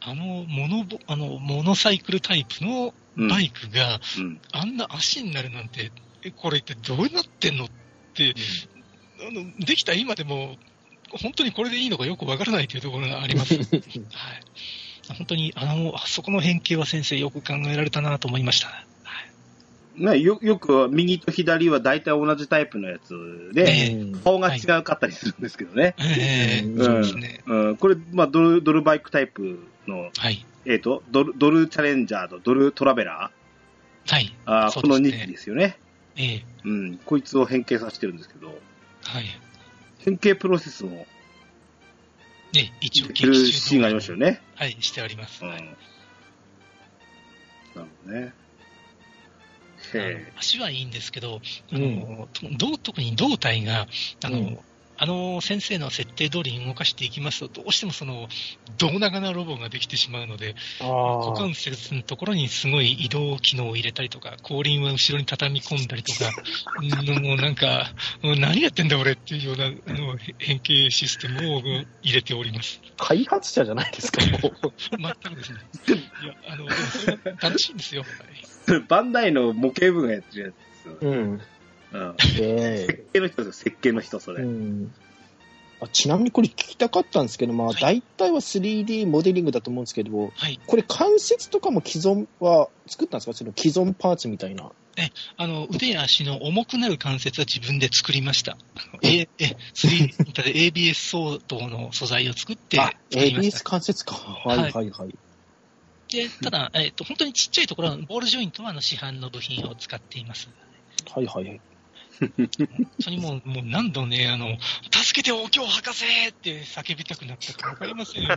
あの、モノボ、あの、モノサイクルタイプのうん。バイクが、うん。あんな足になるなんて、え、これってどうなってんのって、あの、できた今でも、本当にこれでいいのかよくわからないというところがあ ります。はい。本当に、あの、あそこの変形は先生よく考えられたなと思いました。はいね、よ、よく右と左は大体同じタイプのやつで、ええ顔が違うかったりするんですけどね。ええうんそうですね。うん。これ、まあ、ドル、ドルバイクタイプの、はい。えっ、と、ドル、ドルチャレンジャーとドルトラベラはい。ー、あーそうこでのすね2機ですよね。ええうん。こいつを変形させてるんですけど、はい。変形プロセスも、ね、一応、いけるシーンがありましたよね。はい、してあります。うん。はないるほどね。へ足はいいんですけど、うあんのどう特に胴体があの、うんあの先生の設定通りに動かしていきますと、どうしてもその胴長なロボができてしまうので、股ああ。関節のところにすごい移動機能を入れたりとか、後輪は後ろに畳み込んだりと か、うんもうなんか、もう何やってんだ俺っていうようなあのへ変形システムを入れております。開発者じゃないですか、もう。全くですね。いや、あの、でもそれが楽しいんですよ。はいえ。バンダイの模型部がやってるやつですよ。うん。うん。ええ 設計の人ですよ、設計の人、それ。うんあちなみにこれ聞きたかったんですけど、まあ、はい大体は 3D モデリングだと思うんですけど、はい。これ関節とかも既存は作ったんですかその既存パーツみたいな。あの、腕や足の重くなる関節は自分で作りました。あの A、え、3D プリンターで ABS 相当の素材を作ってあ、作りまし ABS た。関節か。ははいいはいはい。で、ただ、えっ、と、本当にちっちゃいところは、ボールジョイントはあの市販の部品を使っています。はいはい。本当にもう、もう何度ね、あの、助けてお経博士って叫びたくなったかわかり ませんよ。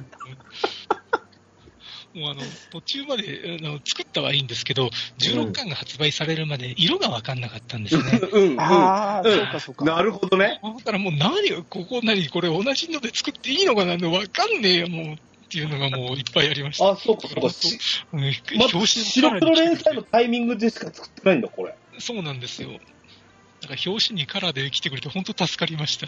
もうあの、途中まで、あの、作ったはいいんですけど、16巻が発売されるまで色がわかんなかったんです ね。うん、うん。 あうあ、んそうかそうか。なるほどね。だからもう何が、ここ何、これ同じので作っていいのかなわかんねえよ、もう。っていうのがもういっぱいありました。あ、そうか、そうか。しうんま表紙も白黒連載のタイミングでしか作ってないんだ、これ。そうなんですよ。だから表紙にカラーで来てくれて本当助かり ました。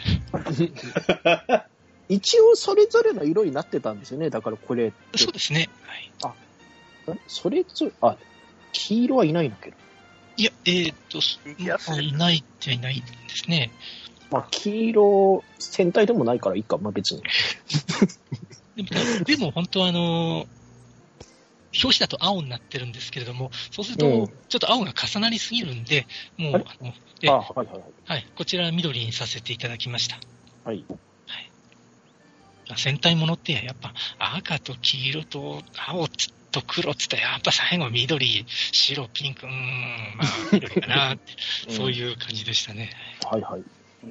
一応それぞれの色になってたんですよね。だからこれって。そうですね。はい、えそれぞれ、あ、黄色はいないんだけど。いや、えーっと、すいやそうあいないっていないんですね。まあ、黄色、戦隊でもないからいいか、まあ別に。で も、でも本当はあのー表紙だと青になってるんですけれども、そうするうとん、ちょっと青が重なりすぎるんで、もう、ああれあの、えはいはいはい。はい、こちらは緑にさせていただきました。はい。まあ戦隊ものってやっぱ赤と黄色と青と黒っつったらやっぱ最後緑、白、ピンク、うーん、まあ緑かなって そういう感じでしたね。はいはい。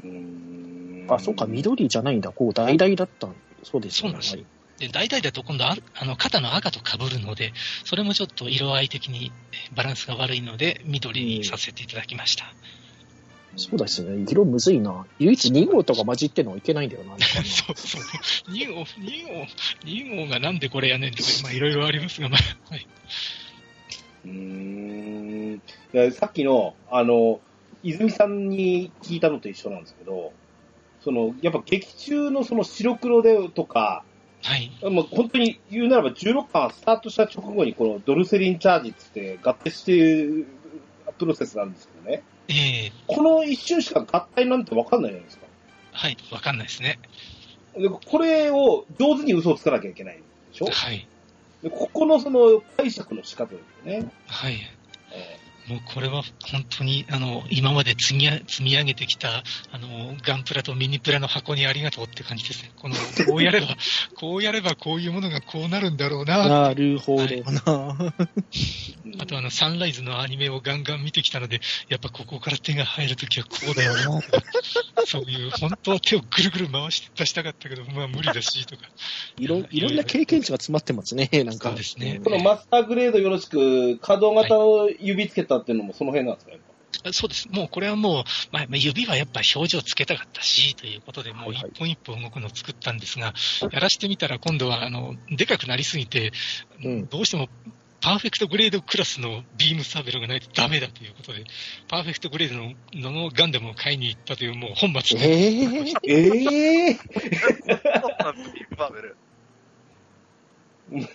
うんあ、そうか、緑じゃないんだ。こう、橙だったんそうですそうなんですよで、大体だと今度ああの肩の赤と被るので、それもちょっと色合い的にバランスが悪いので緑にさせていただきました。そうですね。色むずいな。唯一2号とか混じってんのはいけないんだよな。なんかなそうそう。2号、2号、2号がなんでこれやねんとか、まあいろいろありますが、まあ、はい。うーんいやさっきの、あの、泉さんに聞いたのと一緒なんですけど、その、やっぱ劇中のその白黒でとか、はい。もう本当に言うならば16巻スタートした直後にこのドルセリンチャージっつって合体してるプロセスなんですけどね。ええこの一瞬しか合体なんてわかんないじゃないですか。はい。わかんないですね。で、これを上手に嘘をつかなきゃいけないでしょはい。でここのその解釈の仕方ですよね。はい。えもうこれは本当に、あの、今まで積み積み上げてきた、あの、ガンプラとミニプラの箱にありがとうって感じですね。この、こうやれば、こうやればこういうものがこうなるんだろう な。なるほどな。あとあの、サンライズのアニメをガンガン見てきたので、やっぱここから手が入るときはこうだよな。そういう、本当は手をぐるぐる回して出したかったけど、まあ無理だし、とか。いろ、いろんな経験値が詰まってますね、なんか。そうですねこのマスターグレードよろしく、可動型を指つけたっていうのもその辺なんですか、やっぱあそうです。もうこれはもう、まあ、まあ指はやっぱ表情つけたかったし、ということで、もう一本一本動くのを作ったんですが、やらしてみたら今度は、あの、でかくなりすぎて、うんどうしても、パーフェクトグレードクラスのビームサーベルがないとダメだということで、パーフェクトグレードののガンダムを買いに行ったという、もう本末転倒ええええそうなんですビッグバーベル。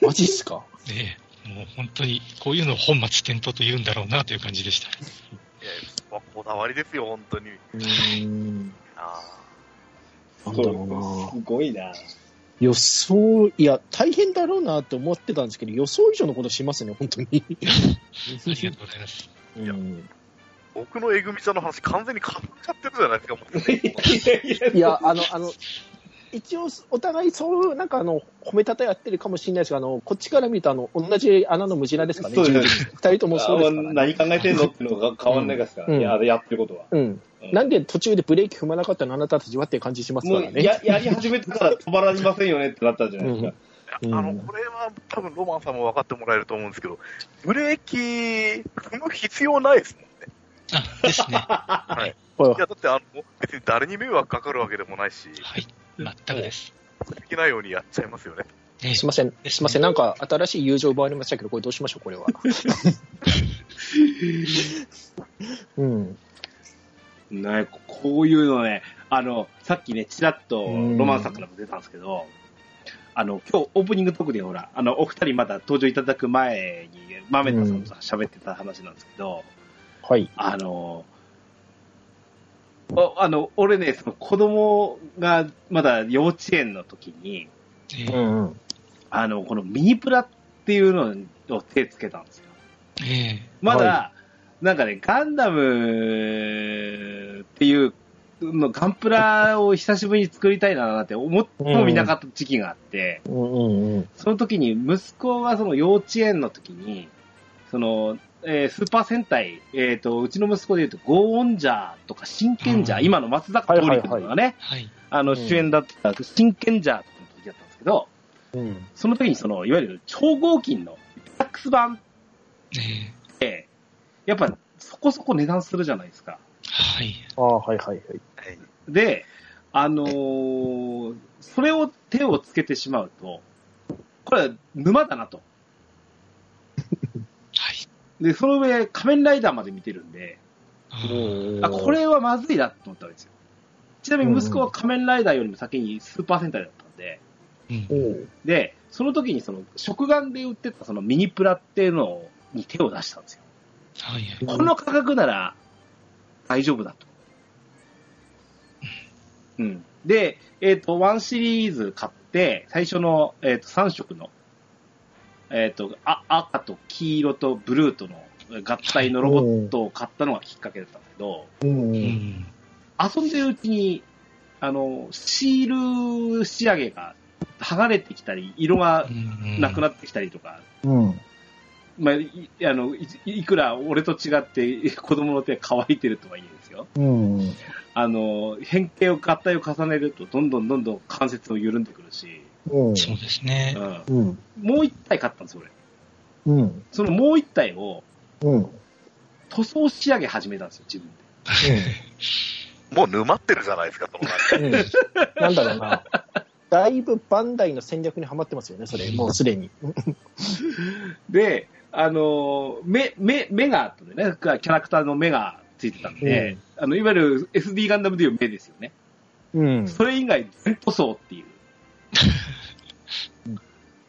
マジっすかで、もう本当に、こういうのを本末転倒と言うんだろうなという感じでした。いや、そこはこだわりですよ、本当に。うん。あなんだろうなすごいな。予想、いや、大変だろうなって思ってたんですけど、予想以上のことしますね、本 当に。ありがとうございます。うんー僕のえぐみちゃんの話、完全にかぶっちゃってるじゃないですか、もう。いや、あの、あの、一応、お互い、そう、なんか、あの、褒めたたやってるかもしれないですが、あの、こっちから見ると、あの、同じ穴の無地なですかね。そうです十分二人ともそうですからね。何考えてんのっていうのが変わんないですから、うんいや、やってることは。うん。うなんで途中でブレーキ踏まなかったのあなたたちはっていう感じしますもからうね。ややり始めてから止まらりませんよねってなったじゃないですか。あの、これは多分ロマンさんも分かってもらえると思うんですけど、ブレーキ踏む必要ないですもんね。あ、ですね。 はほいらや、だってあの、別に誰に迷惑かかるわけでもないし、い。全くです。できないようにやっちゃいますよね。ねすいません。すいません。なんか、新しい友情奪われましたけど、これどうしましょ う、これは。うん。ね、こういうのね、あの、さっきね、ちらっとうんロマンさんからも出たんですけど、あの、今日オープニングトークでほら、あの、お二人まだ登場いただく前に、マメタさんと喋ってた話なんですけど、はい。あの、おあの、俺ね、その子供がまだ幼稚園の時に、えうーんうん。あの、このミニプラっていうのを手つけたんですよ。えまだ、はなんかね、ガンダムっていうの、ガンプラを久しぶりに作りたいななんて思ってもみなかった時期があって、うんうんうん。その時に息子がその幼稚園の時に、その、えースーパー戦隊、えっ、と、うちの息子で言うと、ゴーオンジャーとか、真剣ジャー、うん今の松坂桃李君とかがね、はい。あうの、ん主演だった、真剣ジャーとかの時だったんですけど、うん。その時にその、いわゆる超合金の、タックス版ええって、やっぱそこそこ値段するじゃないですか。はい。ああ、はいはいはい。はい。で、あのーそれを手をつけてしまうと、これは沼だなと。はい。で、その上、仮面ライダーまで見てるんで、あーあ、これはまずいなと思ったわけですよ。ちなみに息子は仮面ライダーよりも先にスーパー戦隊だったんで、うんおうで、その時にその、食玩で売ってたそのミニプラっていうのに手を出したんですよ。はい。この価格なら大丈夫だと。うん。で、えっ、と、1シリーズ買って、最初の、えー、と3色の、えっ、とあ、赤と黄色とブルーとの合体のロボットを買ったのがきっかけだったんだけど、うんううん。ん。遊んでるうちに、あの、シール仕上げが剥がれてきたり、色がなくななってきたりとか、うん。まあ、いあのいいくら俺と違って子供の手が乾いてるとはいえですよ。うん。あの、変形を合体を重ねると、どんどんどんどん関節を緩んでくるし、うんそうですねう。ん、うん。もう一体買ったんです、俺。うん。そのもう一体をうん。塗装仕上げ始めたんですよ、自分で。もう沼ってるじゃないですか、その話。うんなんだろうな。だいぶバンダイの戦略にはまってますよね、それ。もうすでに。で、あの、目、目、目があったんでね、キャラクターの目がついてたんで、あの、いわゆる SD ガンダムでいう目ですよね。うんそれ以外、全塗装って いう。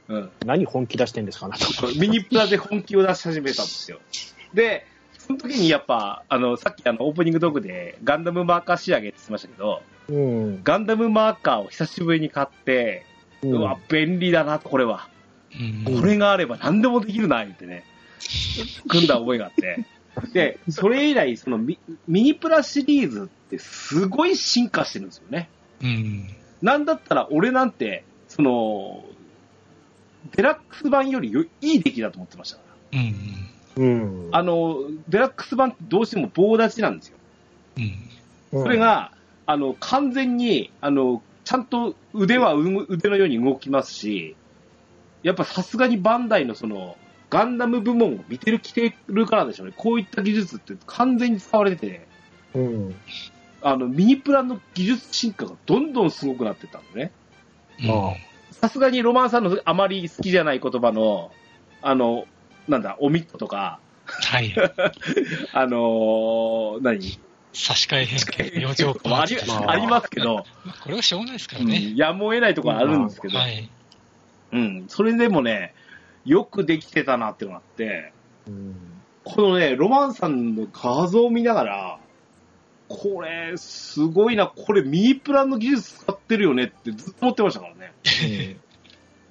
うん。何本気出してんですか、あなた。ミニプラで本気を出し始めたんですよ。で、その時にやっぱ、あの、さっきあの、オープニングトークで、ガンダムマーカー仕上げって言ってましたけど、うん。ガンダムマーカーを久しぶりに買って、うわ、便利だな、これは。うんこれがあれば何でもできるな、言ってね、組んだ覚えがあって。で、それ以来、そのミミニプラシリーズってすごい進化してるんですよね。うん。なんだったら俺なんて、その、デラックス版よりよいい出来だと思ってましたから。うん。うん。あの、デラックス版ってどうしても棒立ちなんですよ。うん。そそれ、が、あの、完全に、あの、ちゃんと腕はうむ腕のように動きますし、やっぱさすがにバンダイのその、ガンダム部門を見てる、来てるからでしょうね。こういった技術って完全に使われてて、うん。あの、ミニプラの技術進化がどんどんすごくなってったのね。うんああさすがにロマンさんのあまり好きじゃない言葉の、あの、なんだ、オミットとか、はい。あのー何差し替え変化、余剰まああ化。りまあありますけど、まあこれはしょうがないですからうんね。やむを得ないところあるんですけど、はい。うん、それでもね、よくできてたなってのがあって、うんこのね、ロマンさんの画像を見ながら、これ、すごいな、これミニプランの技術使ってるよねってずっと思ってましたからね。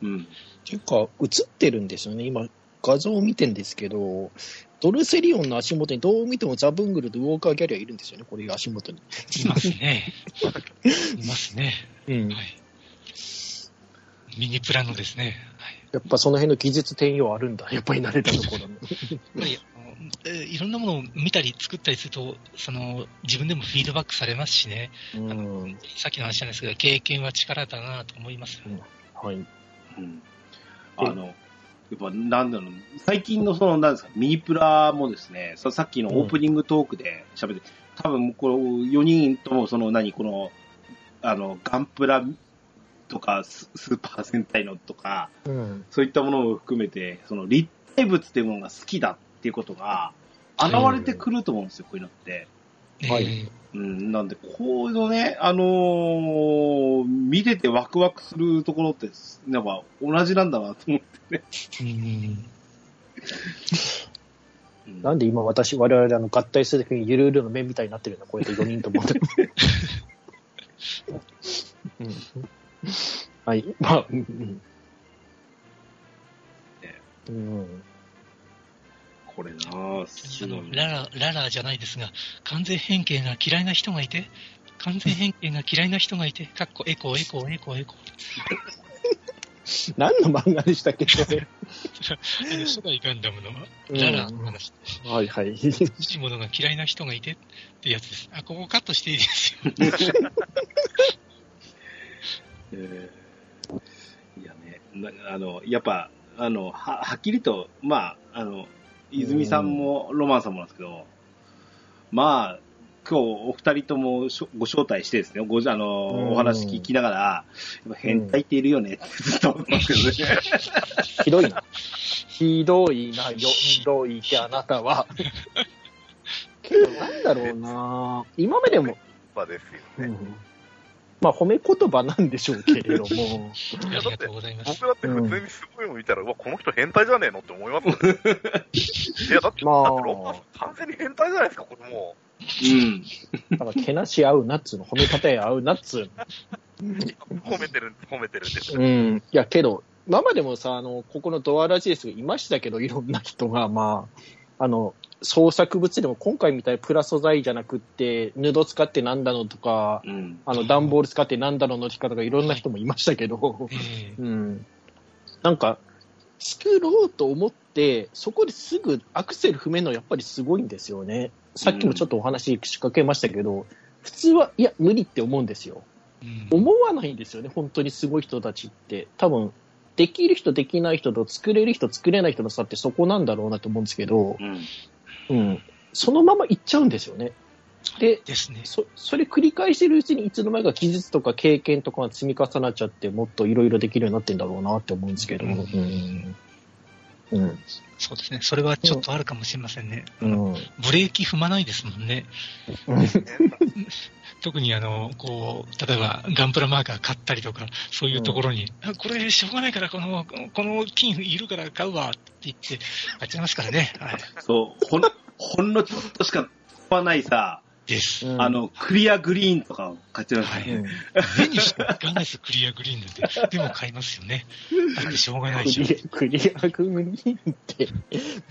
うん。ていうか、映ってるんですよね。今、画像を見てんですけど、ドルセリオンの足元にどう見てもザブングルとウォーカーギャリアいるんですよね、これ足元に。いますね。いますね。うんはい。ミニプラのですね。やっぱその辺の技術転用あるんだ。やっぱり慣れたところの。はい。やっぱりあのえーいろんなものを見たり作ったりすると、その、自分でもフィードバックされますしね。うん。さっきの話なんですけど、経験は力だなと思いますよね。はい。うんあの、やっぱ、なんだろう、最近のその、なんですか、ミニプラもですね、ささっきのオープニングトークで喋って、多分、この4人とも、その、何、この、あの、ガンプラとか、ススーパー戦隊のとか、うん。そういったものを含めて、その、立体物っていうものが好きだっていうことが、現れてくると思うんですよ、こういうのって。はいえーうん、なんで、こういうのね、あのー見ててワクワクするところって、なんか、同じなんだなと思ってうん。なんで今私、我々あの合体するときにゆるゆるの面みたいになってるんだ、こうやって4人とも。うんはい。まあ、うんうん。うんこれなぁ、すあごのい、ララ、ララじゃないですが、完全変形が嫌いな人がいて、完全変形が嫌いな人がいて、かっこエコー、エコー、エコー、エコー。何の漫画でしたっけ、これあの初代ガンダムのうんララの話、はいはい。欲 しいものが嫌いな人がいてってやつです。あ、ここカットしていいですよ。えーいやね、なあの、やっぱ、あの、は、はっきりと、まあ、あの、泉さんもロマンさんもなんですけど、まあ、今日お二人ともしょご招待してですね、ご、あうんの、お話聞きながら、やっぱ変態っているよねってずっと思ってますけどね。ひどいな。ひどいな、よ、ひどいってあなたは。けど、なんだろうな今までも、まあですようね。んまあ、褒め言葉なんでしょうけれども。ありがとうございます。僕だって普通にすごいの見たら、うわ、この人変態じゃねえのって思いますもんねいや、だって、まあだってロマンさん完全に変態じゃないですか、これもうん。だから、けなし合うなっつうの、褒め方や合うなっつうの。う。褒めてる、褒めてるんですよ。うん。いや、けど、今までもさ、あの、ここのドアラジエスいましたけど、いろんな人が、まあ、あの、創作物でも今回みたいにプラ素材じゃなくって、布使ってなんだのとか、うん。あの、段ボール使ってなんだのの着方がいろんな人もいましたけど、えーうん。なんか、作ろうと思って、そこですぐアクセル踏めるのやっぱりすごいんですよね。さっきもちょっとお話仕掛けましたけど、普通は、いや、無理って思うんですよ。うん思わないんですよね、本当にすごい人たちって。多分、できる人、できない人と作れる人、作れない人の差ってそこなんだろうなと思うんですけど、うん。うん。そのまま行っちゃうんですよね。で、ですね。そ、それ繰り返してるうちにいつの間にか技術とか経験とかが積み重なっちゃって、もっといろいろできるようになってんだろうなって思うんですけど、うんうん。うん。そうですね。それはちょっとあるかもしれませんね。うん。ブレーキ踏まないですもんね。 特にあの、こう、例えばガンプラマーカー買ったりとか、そういうところに、あこれしょうがないから、この、この金いるから買うわって言って、買っちゃいますからね。はい。そう、ほん、ほんのちょっとしか使わないさ、です。うん、あの、クリアグリーンとか買ってください。目にしていかないです、クリアグリーンなんて。でも買いますよね。だってしょうがないでしょ。、クリアグリーンって、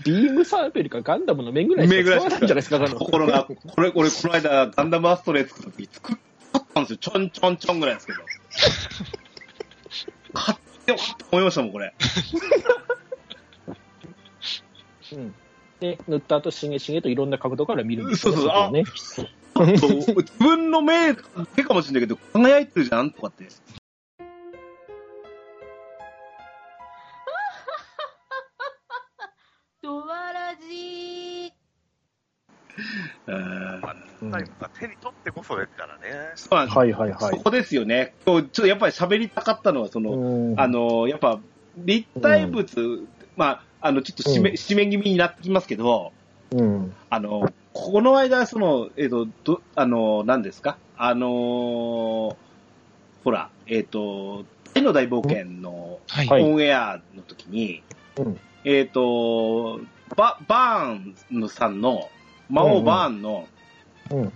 ビームサーベルかガンダムの目ぐらいしか使わないんじゃないですか、ところが、これ、俺、この間、ガンダムアストレイ作った時、作ったんですよ。ちょんちょんちょんぐらいです けど。買ってよかった思いましたもん、これ。うんで、塗った後、しげしげといろんな角度から見るんですよ、ね、そうそう、あ、ね、自分の目だけかもしれないけど、輝いてるじゃんとかって。ドワラー。ジまあ、手に取ってこそですからね。そうなんです。はいはいはい。そこですよね。ちょっとやっぱり喋りたかったのは、その、あの、やっぱ、立体物、まあ、あの、ちょっと締め、うん、締め気味になってきますけど、うん。あの、この間、その、えっ、ー、と、ど、あの、何ですかあのー、ほら、えっ、ー、と、大の大冒険のオンエアの時に、うん、えっ、と、バ、バーンさんの、魔王バーンの、うん、うん、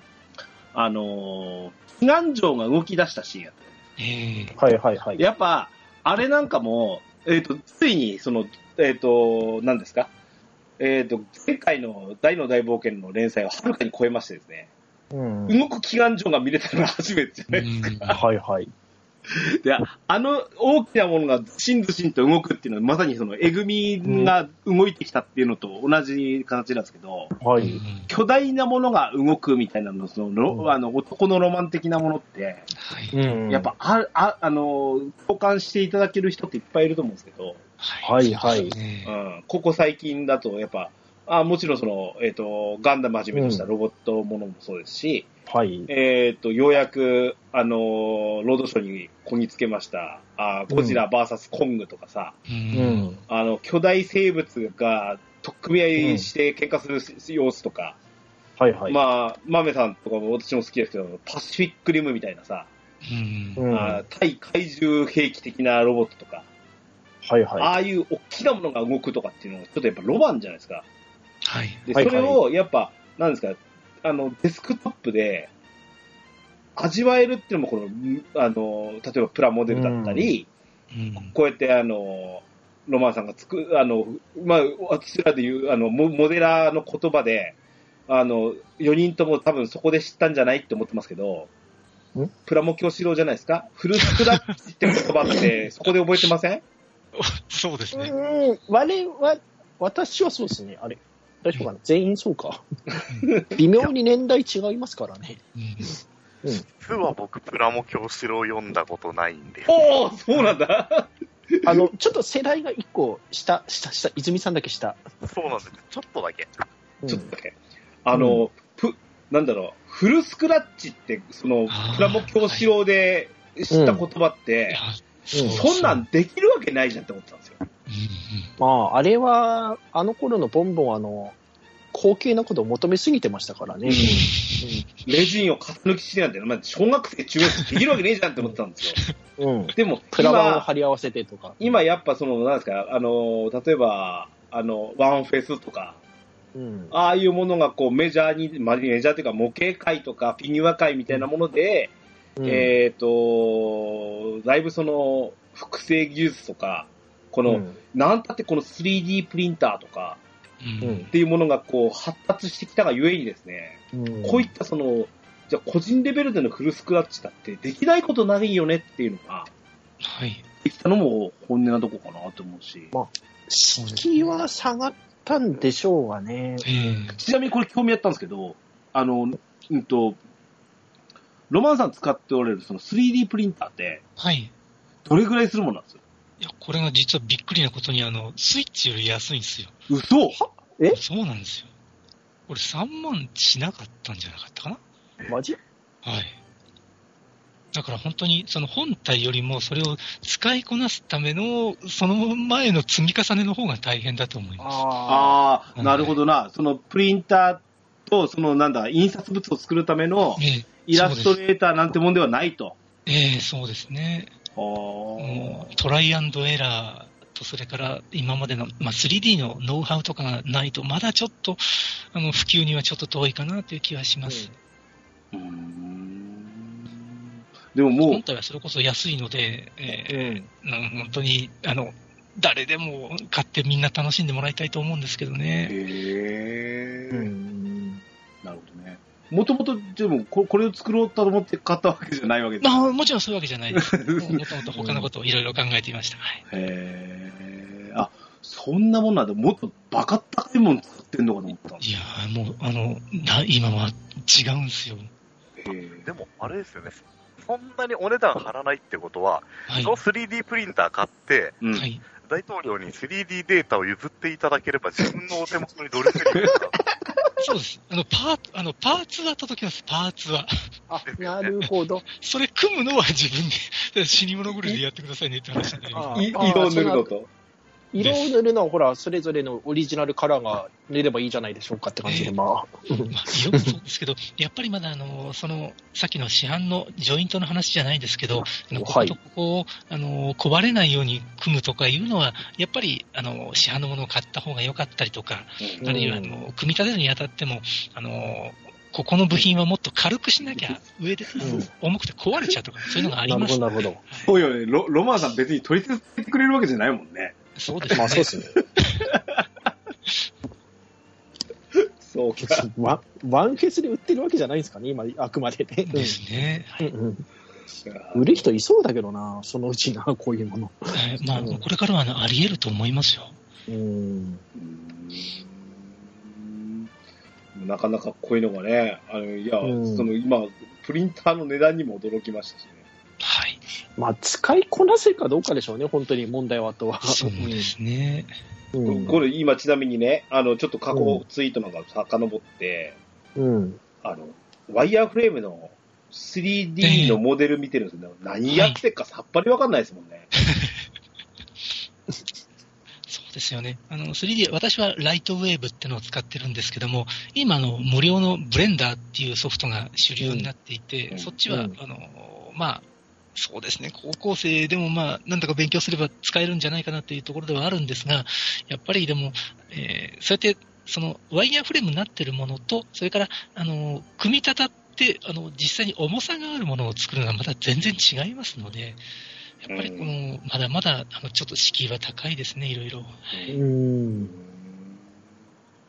あの、祈願城が動き出したシーンやったね。えー、はいはいはい。やっぱ、あれなんかも、えっ、と、ついに、その、えっ、と、何ですかえっ、ー、と、前回の大の大冒険の連載をはるかに超えましてですね、うん、動く祈願城が見れたのは初めてじゃないですか。うん、はいはい。で、あの大きなものがずしんずしんと動くっていうのは、まさにそのえぐみが動いてきたっていうのと同じ形なんですけど、はい、巨大なものが動くみたいなの、その、うん、あの男のロマン的なものって、、はいやっぱああ、あの、共感していただける人っていっぱいいると思うんですけど、、はいはい。うんここ最近だと、やっぱ、あもちろんその、えっ、ー、と、ガンダムはじめとしたロボットものもそうですし、うん、はい。えっ、と、ようやく、あのー、ロードショーにこぎつけました、あゴジラ VS コングとかさ、うん、あの、巨大生物が取っ組み合いして喧嘩する様子とか、うん、はいはい。まあ、マメさんとかも私も好きですけど、パシフィックリムみたいなさ、うん、あ対怪獣兵器的なロボットとか、はいはい、ああいう大きなものが動くとかっていうのが、ちょっとやっぱロマンじゃないですか。はい。で、それを、やっぱ、なんですか、あの、デスクトップで、味わえるっていうのも、この、あの、例えばプラモデルだったり、うん、こうやって、あの、ロマンさんがつく、あの、まあ、私らで言う、あの、モデラーの言葉で、あの、4人とも多分そこで知ったんじゃないって思ってますけど、プラモ教師郎じゃないですかフルスクラッチって言葉って、そこで覚えてませんそうですね。うん、我は、私はそうですね。あれ、大丈夫かな、全員そう か。微妙に年代違いますからね。うん、実は僕、プラモ教師郎読んだことないんで。おおそうなんだあの、ちょっと世代が一個下、下、下、泉さんだけ下。そうなんです。ちょっとだけ。うん、ちょっとだけ。あの、うん、なんだろう、フルスクラッチって、その、プラモ教師郎で知った言葉って、はいうん、そんなんできるわけないじゃんって思ってたんですよ。まあ、あれは、あの頃のボンボンあの、高級なことを求めすぎてましたからね。ううん、んレジンを重抜きしてなんて、まあ、小学生、中学生できるわけねえじゃんって思ってたん ですよ。でも、プラ板を貼り合わせてとか。今やっぱその、なんですか、あの、例えば、あの、ワンフェスとか、ああいうものがこうメジャーに、まあ、メジャーというか模型界とかフィギュア界みたいなもので、うん、えっ、と、だいぶその、複製技術とか、この、うん、なんたってこの 3D プリンターとか、うん、っていうものがこう、発達してきたがゆえにですね、こういったその、じゃ個人レベルでのフルスクラッチだってできないことないよねっていうのが、はい。できたのも本音なとこかなと思うし。まあ、敷居は下がったんでしょうがね。ちなみにこれ興味あったんですけど、あの、うんと、ロマンさん使っておられるその 3D プリンターって、はい。、どれぐらいするものなんですよ、はいいや、これが実はびっくりなことに、あの、スイッチより安いんですよ。嘘えそうなんですよ。これ3万しなかったんじゃなかったかなマジはい。だから本当に、その本体よりもそれを使いこなすための、その前の積み重ねの方が大変だと思います。ああ、なるほどな。そのプリンターと、そのなんだ、印刷物を作るための、ええイラストレーターなんてもんではないと。ええー、そうですね。、うんトライアンドエラーと、それから今までの、まあ、3D のノウハウとかがないと、まだちょっとあの普及にはちょっと遠いかなという気はします。うーんでもも本う、体はそれこそ安いので、えうん。ーな本当に、あの、誰でも買ってみんな楽しんでもらいたいと思うんですけどね。へうえ、ん。なるほどね。もともと、でもこ、これを作ろうと思って買ったわけじゃないわけですまあ、もちろんそういうわけじゃない です。もともと他のことをいろいろ考えていました。はい へえ。あ、そんなもんなんだ。もっとバカ高いもん作ってんのかと思ったんだ。いやーもう、あの、な今は違うんですよ。へえでも、あれですよね。そんなにお値段張らないってことは、はいそ。の 3D プリンター買って、うんはい。大統領に 3D データを譲っていただければ、自分のお手元にどれくらいかそうです。あの、パーツ、あの、パーツは届きます、パーツは。あ、なるほど。それ組むのは自分で、 死に物狂いでやってくださいねって話になります。い色を塗るのと。色を塗るのは、ほら、それぞれのオリジナルカラーが塗ればいいじゃないでしょうかって感じで、まあ。まあ、色もそうですけど、 やっぱりまだ、あの、その、さっきの市販のジョイントの話じゃないですけど、あのこはこいとここを、あの、壊れないように組むとかいうのは、やっぱり、あの、市販のものを買った方が良かったりとか、うんあるいは、あの、組み立てるにあたっても、あの、ここの部品はもっと軽くしなきゃ、上でん重くて壊れちゃうとか、そういうのがありなるまほすど、。なるほど。そうよね。ロロマンさん別に取り付けてくれるわけじゃないもんね。そうですまねあ、そうですね。そう ワンワンフェスで売ってるわけじゃないんですかね、今、あくまでね。ですね。うんうんか売る人いそうだけどな、そのうちな、こういうもの。はいまあ、うんこれからはあのあり得ると思いますよ。うん。うんなかなかこういうのがね、あの、いや、うんその今、プリンターの値段にも驚きましたしね。はい。まあ、使いこなせるかどうかでしょうね、本当に問題はあとは。そうですね。うん。これ今ちなみにね、あの、ちょっと過去ツイートなんか遡って、うん。あの、ワイヤーフレームの 3D のモデル見てるんですけど、何やってっかさっぱりわかんないですもんね。そうですよね。あの、3D、私はライトウェーブってのを使ってるんですけども、今、あの、無料のブレンダーっていうソフトが主流になっていて、うんそっちは、うんあの、まあ、そうですね。高校生でもまあ、なんとか勉強すれば使えるんじゃないかなっていうところではあるんですが、やっぱりでも、えーそうやって、その、ワイヤーフレームになってるものと、それから、あの、組み立たって、あの、実際に重さがあるものを作るのはまた全然違いますので、やっぱりこの、まだまだ、あの、ちょっと敷居は高いですね、いろいろ。うん。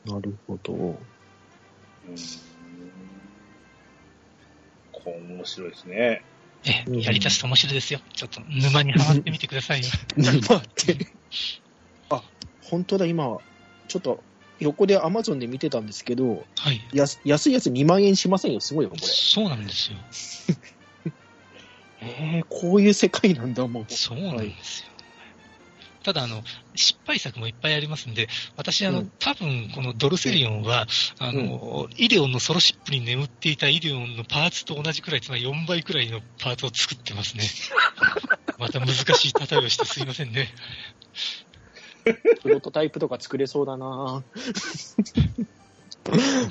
なるほど。うんこう面白いですね。えうんえ、やり出すと面白いですよ。ちょっと沼にはまってみてくださいよ。 沼って。あ、本当だ、今、ちょっと、横で Amazon で見てたんですけど、はい。安安いやつ2万円しませんよ。すごいよ、これ。そうなんですよ。えー、こういう世界なんだ、もう。そうなんですよ。ただ、あの、失敗作もいっぱいありますんで、私、あの、うん多分、このドルセリオンは、あの、イデオンのソロシップに眠っていたイデオンのパーツと同じくらい、つまり4倍くらいのパーツを作ってます ね。また難しい例えをしてすいませんね。プロトタイプとか作れそうだな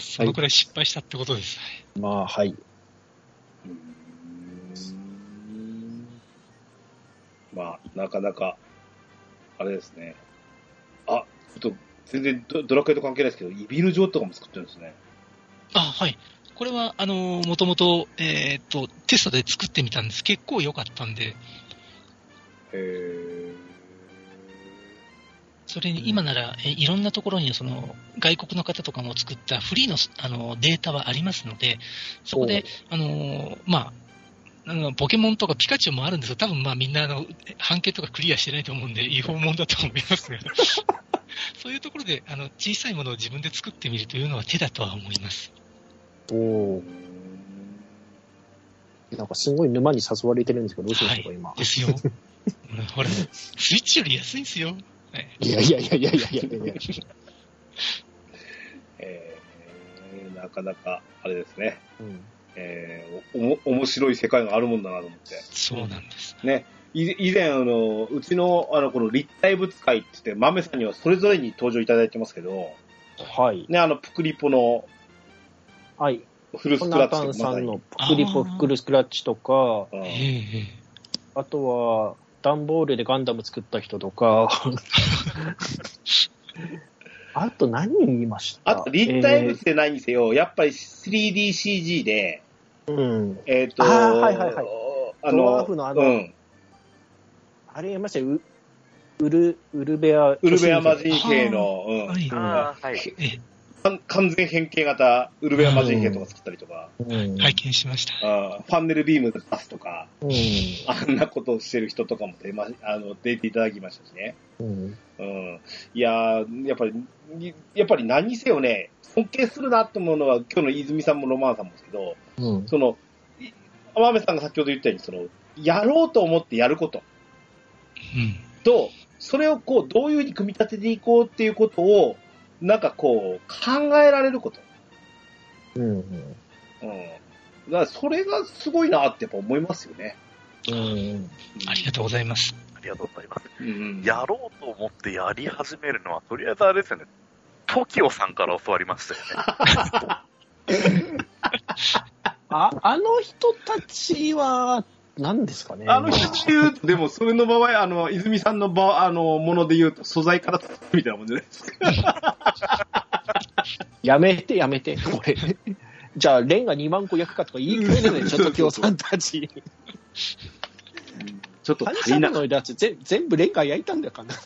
そのくらい失敗したってことです。まあ、はい。まあ、なかなか、あれですね。あ、ちょっと、全然ドドラクエと関係ないですけど、イビル城とかも作ってるんですね。あ、はい。これは、あのもともと、えーっと、テストで作ってみたんです。結構良かったんで、へそれに今なら、えいろんなところに、その、外国の方とかも作ったフリーの、あのデータはありますので、そこで、あのまあ、あのポケモンとかピカチュウもあるんですよ。多分まあみんなあの、半径とかクリアしてないと思うんで、違法もんだと思いますが。そういうところで、あの、小さいものを自分で作ってみるというのは手だとは思います。おおーなんかすごい沼に誘われてるんですけど、どうしましょうか、今。ですよ。ほらほら、スイッチより安いんですよ。はいいやいやいやいやいやいやいや。えー、なかなか、あれですね。うんえー、おも、面白い世界があるもんだなと思って。そうなんです。ね、い以前、あの、うちの、あの、この立体物会って言って、豆さんにはそれぞれに登場いただいてますけど、はい。ね、あの、プクリポのはい。フルコスクラッナチタとンかさまさんにのプクリポあーフクルスクラッチとか、うんええええあとは、段ボールでガンダム作った人とか、 あと何人いましたあと、立体物でないにせよ、やっぱり 3DCG で、うん。えっ、とあーはいはいはいあドワーフのあのうん、あれやりましたよ。うウル、ウルベア。ウルベアマジン系の、うんはい。ああ、はい。え完完全変形型ウルベアマジン系とか作ったりとか、うん。拝見しました。あーファンネルビーム出すとか、うあんなことをしてる人とかも出,、ま、あの出ていただきましたしね。ん。うん。うん、いやーやっぱり、にやっぱり何にせよね、尊敬するなと思うのは、今日の泉さんもロマンさんもですけど、うん。その、い天海さんが先ほど言ったように、その、やろうと思ってやることうん。と、それをこう、どういうふうに組み立てていこうっていうことを、なんかこう、考えられること。うん。うん。だからそれがすごいなってやっぱ思いますよね。うん。ありがとうございます。ありがとうございます。うん。やろうと思ってやり始めるのは、とりあえずあれですよね。トキオさんから教わりましたよね。あ、あの人たちは、何ですかね。あの人で言うと、でも、それの場合、あの、泉さんの場、あの、もので言うと、素材から作るみたいなもんじゃないですか。やめて、やめて、これ。 じゃあ、レンガ2万個焼くかとか言いかけ ないでしょ、時雄さんたち。ちょっと会足社りなのやつぜ全部レンガ焼いたんだよ、かな。い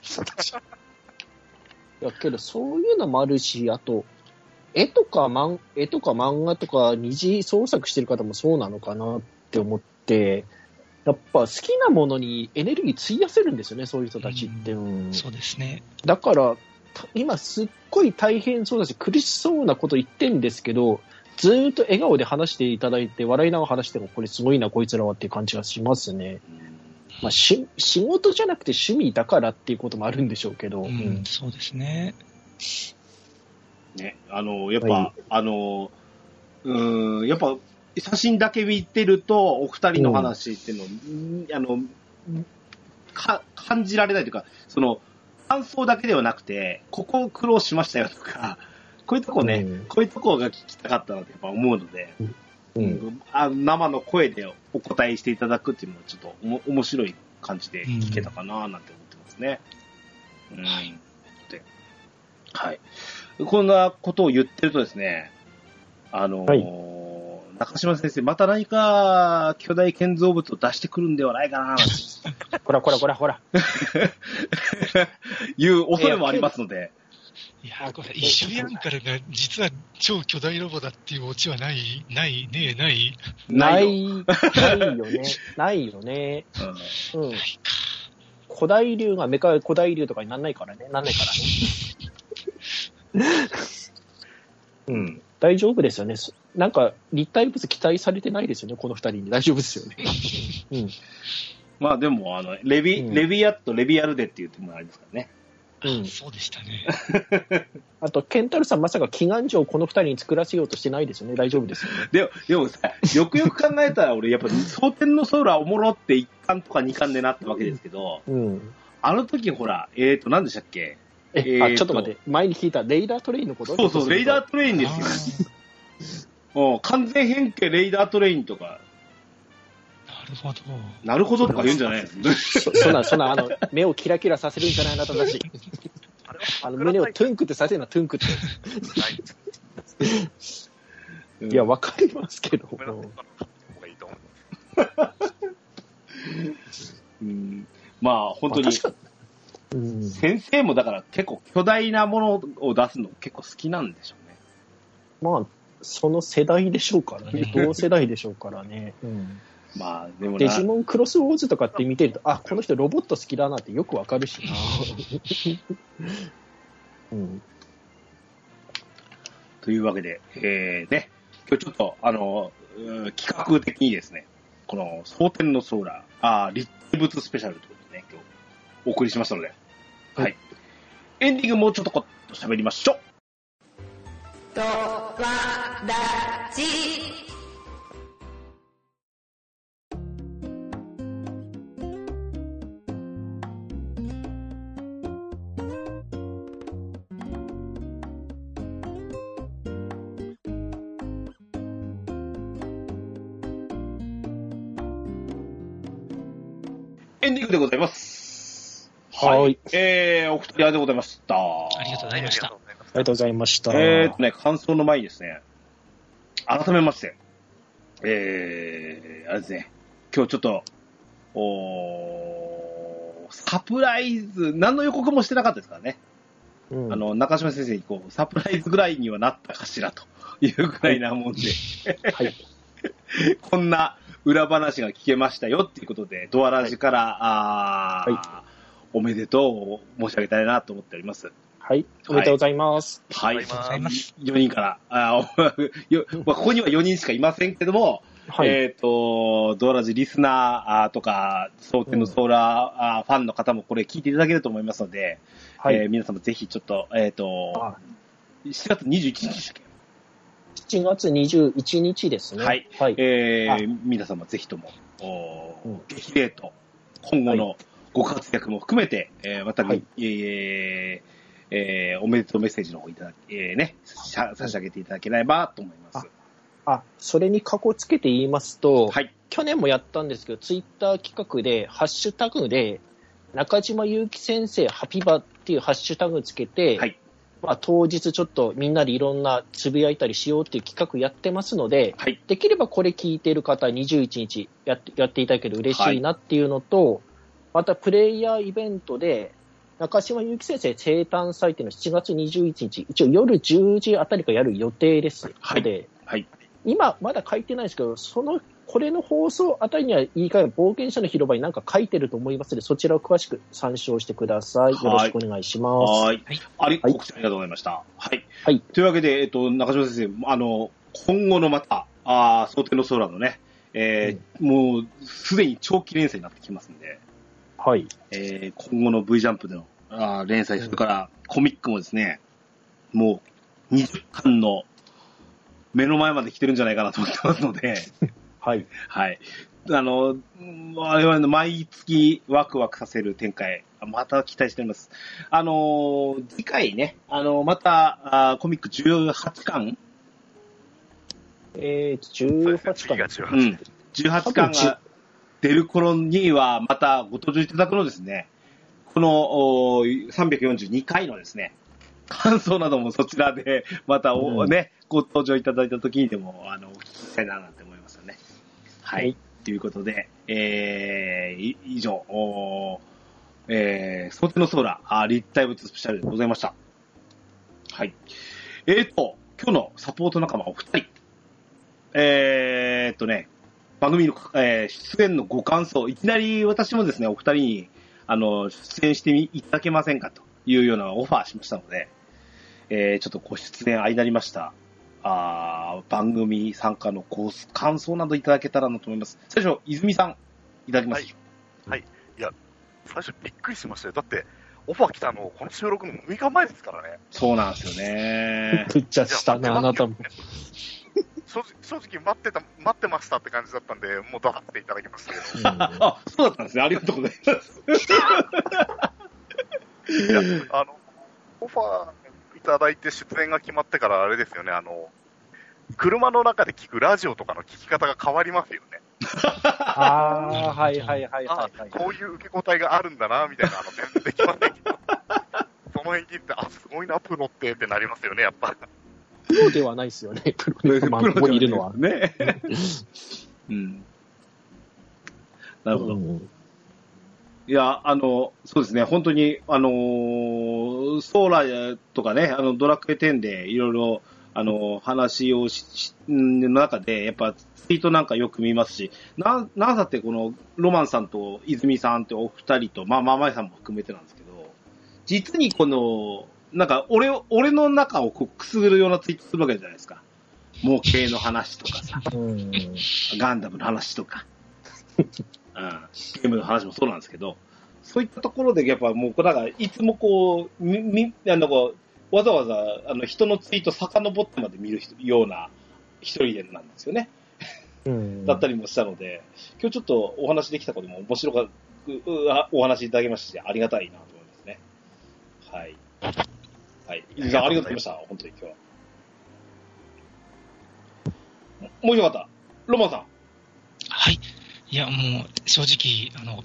や、けど、そういうのもあるし、あと、絵とかマン、絵とか漫画とか二次創作してる方もそうなのかなって思って、やっぱ好きなものにエネルギー費やせるんですよね、そういう人たちって。うんそうですね。だから、た今すっごい大変そうだし、苦しそうなこと言ってんですけど、ずーっと笑顔で話していただいて、笑いながら話しても、これすごいな、こいつらはっていう感じがしますね。まあ、し仕事じゃなくて趣味だからっていうこともあるんでしょうけど。ううんん、そうですね。ね、あの、やっぱ、はあの、うーん、やっぱ、写真だけ見てると、お二人の話っていうのを、んあの、か、感じられないというか、その、感想だけではなくて、ここ苦労しましたよとか、こういうとこね、うんこういうとこが聞きたかったなってやっぱ思うので、うんあの生の声でお答えしていただくっていうのは、ちょっとおも面白い感じで聞けたかななんて思ってますね。うんはいではい。こんなことを言ってるとですね、あのーは中島先生、また何か巨大建造物を出してくるんではないかな、こらこらこらこら。いう恐れもありますので、いやー、これ、一緒やんからが、実は超巨大ロボだっていうオチはない、ないね、ない。 なよ。い、ないよね。ないよね。うんうん。古代流がメカ古代流とかになんないからね。なんないからね。 うん。大丈夫ですよね。そなんか、立体物期待されてないですよね、この二人に。大丈夫ですよね。まあでも、あの、レビ、うんレビアット、レビアルデっていう手もありますからね。うんそうでしたね。あと、ケンタルさん、まさか祈願所をこの二人に作らせようとしてないですよね。大丈夫ですよね。でも、でもさ、よくよく考えたら、俺、やっぱ、蒼天の空おもろって一巻とか二巻でなったわけですけど、うん。あの時ほら、えーと、何でしたっけえ、えーとあ、ちょっと待って。前に聞いたレイダートレインのことそうそう、レイダーートレインですよ。うん完全変形レイダートレインとか、あーなるほど。なるほどとか言うんじゃないですそそんな、そんな、あの、目をキラキラさせるんじゃないあなたたち。あれあはの、胸をトゥンクってさせるな、トゥンクって。ないいや、わかりますけど。ごめんなさい。方がいいと思うう。んまあ、本当にまあ、確かうん。先生もだから結構巨大なものを出すの結構好きなんでしょうね。まあ、その世代でしょうからね。同世代でしょうからね。うん。まあ、でもデなジモンクロスウォーズとかって見 てると、あ、この人ロボット好きだなってよくわかるしな。 うん。というわけで、えー、ね、今日ちょっと、あの、うん企画的にですね、この、蒼天のソーラー、あー立体物スペシャルということでね、今日、お送りしましたので、はい。エンディングもうちょっとこっと喋りましょう。とわらじエンディングでございます。はいえー、お二人ありがとうございました。ありがとうごあざりいがましたとう。ございまあすりがとうございました。えーとね、感想の前にですね、改めまして、えー、あれですね。今日ちょっと、おーサプライズ、何の予告もしてなかったですからね。うんあの、中島先生にこう、サプライズぐらいにはなったかしらというぐらいなもんで、はい。 こんな裏話が聞けましたよっていうことで、ドアラジから、あーおめでとうを申し上げたいなと思っております。はい。おめでとうございます。はい。ありがとうございます4人から。あー およまあここには4人しかいませんけども、はい。えっ、と、ドアラジリスナーあーとか、蒼天のソーラー、あーファンの方もこれ聞いていただけると思いますので、はい。えー皆様ぜひちょっと、えっ、と、あ7月21日でしたっけ7月21日ですね。はい。はい。えあー、皆様ぜひとも、おうんー激励と、今後のご活躍も含めて、えー、また、はいえーえーおめでとうメッセージの方いただき、えー、ね、さ差し上げていただければと思います。あ、それに過去つけて言いますと、はい。去年もやったんですけど、ツイッター企画で、ハッシュタグで、中島祐希先生ハピバっていうハッシュタグつけて、はいまあ、当日ちょっとみんなでいろんなつぶやいたりしようっていう企画やってますので、はい。できればこれ聞いてる方21日やってやっていただけると嬉しいなっていうのと、またプレイヤーイベントで、中島祐希先生生誕祭っていうのは7月21日、一応夜10時あたりからやる予定です。はいので、はい。今まだ書いてないですけど、その、これの放送あたりには、いいかげん冒険者の広場に何か書いてると思いますので、そちらを詳しく参照してください。はいよろしくお願いします。はーいはい。あり、はい告知ありがとうございました。はい。はいというわけで、えっと、中島先生、あの、今後のまた、ああ、想定の空のね、えーもう、すでに長期連載になってきますんで、はい。えー今後の V ジャンプでのあー連載、それからコミックもですね、もう20巻の目の前まで来てるんじゃないかなと思ってますので、はい。はい。あの、うん我々の毎月ワクワクさせる展開、また期待しております。あのー、次回ね、あのー、また、あーコミック18巻えそうー、ですね18次かがな。 18う。ん。18巻が出る頃には、またご登場いただくのですね、このおー342回のですね、感想などもそちらで、またお、うんね、ご登場いただいた時にでも、あの、お聞きしたいななんて思いますよね。はい。はいということで、えー、い以上、おーえー、想定のソーラー、あー立体物スペシャルでございました。はい。えーと、今日のサポート仲間お二人。えーっとね、番組の、えー出演のご感想、いきなり私もですね、お二人に、あの、出演してみいただけませんかというようなオファーしましたので、えーちょっとご出演相なりました、あー番組参加のご感想などいただけたらなと思います。最初、泉さん、いただきます。最初びっくりしましたよ。だって、オファー来たの、この収録の6日前ですからね。そうなんですよね。くっちゃしたな、あなたも。正直、正直待ってた、待ってましたって感じだったんで、もう黙っていただきましたけ ど。あ、そうだったんですね。ありがとうございます。あの、オファーいただいて出演が決まってからあれですよね、あの、車の中で聞くラジオとかの聞き方が変わりますよね。あー、はいはいはいあはい、はい。こういう受け答えがあるんだな、みたいな、あの、全然できま せんけど。その辺切って、あ、すごいな、プロってってなりますよね、やっぱ。プロではないですよね、プロで。まあ、 ここにいるの は。ね。うん。なるほど。うんいや、あの、そうですね、本当に、あのーソーラーとかね、あの、ドラクエ10でいろいろ、あの、話をし、しの中で、やっぱ、ツイートなんかよく見ますし、な、なんだってこの、ロマンさんと泉さんってお二人と、まあ、まあ、まいさんも含めてなんですけど、実にこの、なんか、俺を、俺の中をこうくすぐるようなツイートするわけじゃないですか。模型の話とかさ、うんガンダムの話とか、 うん、ゲームの話もそうなんですけど、そういったところで、やっぱもう、なんか、いつもこう、み、み、あの、こう、わざわざ、あの、人のツイート遡ってまで見る人ような、一人でなんですよね。うんだったりもしたので、今日ちょっとお話できたことも面白く、うあお話いただけまして、ありがたいなと思いますね。はい。はい。伊沢さんありがとうございました、本当に今日は。もう一方、ロマンさん。はい。いや、もう、正直、あの、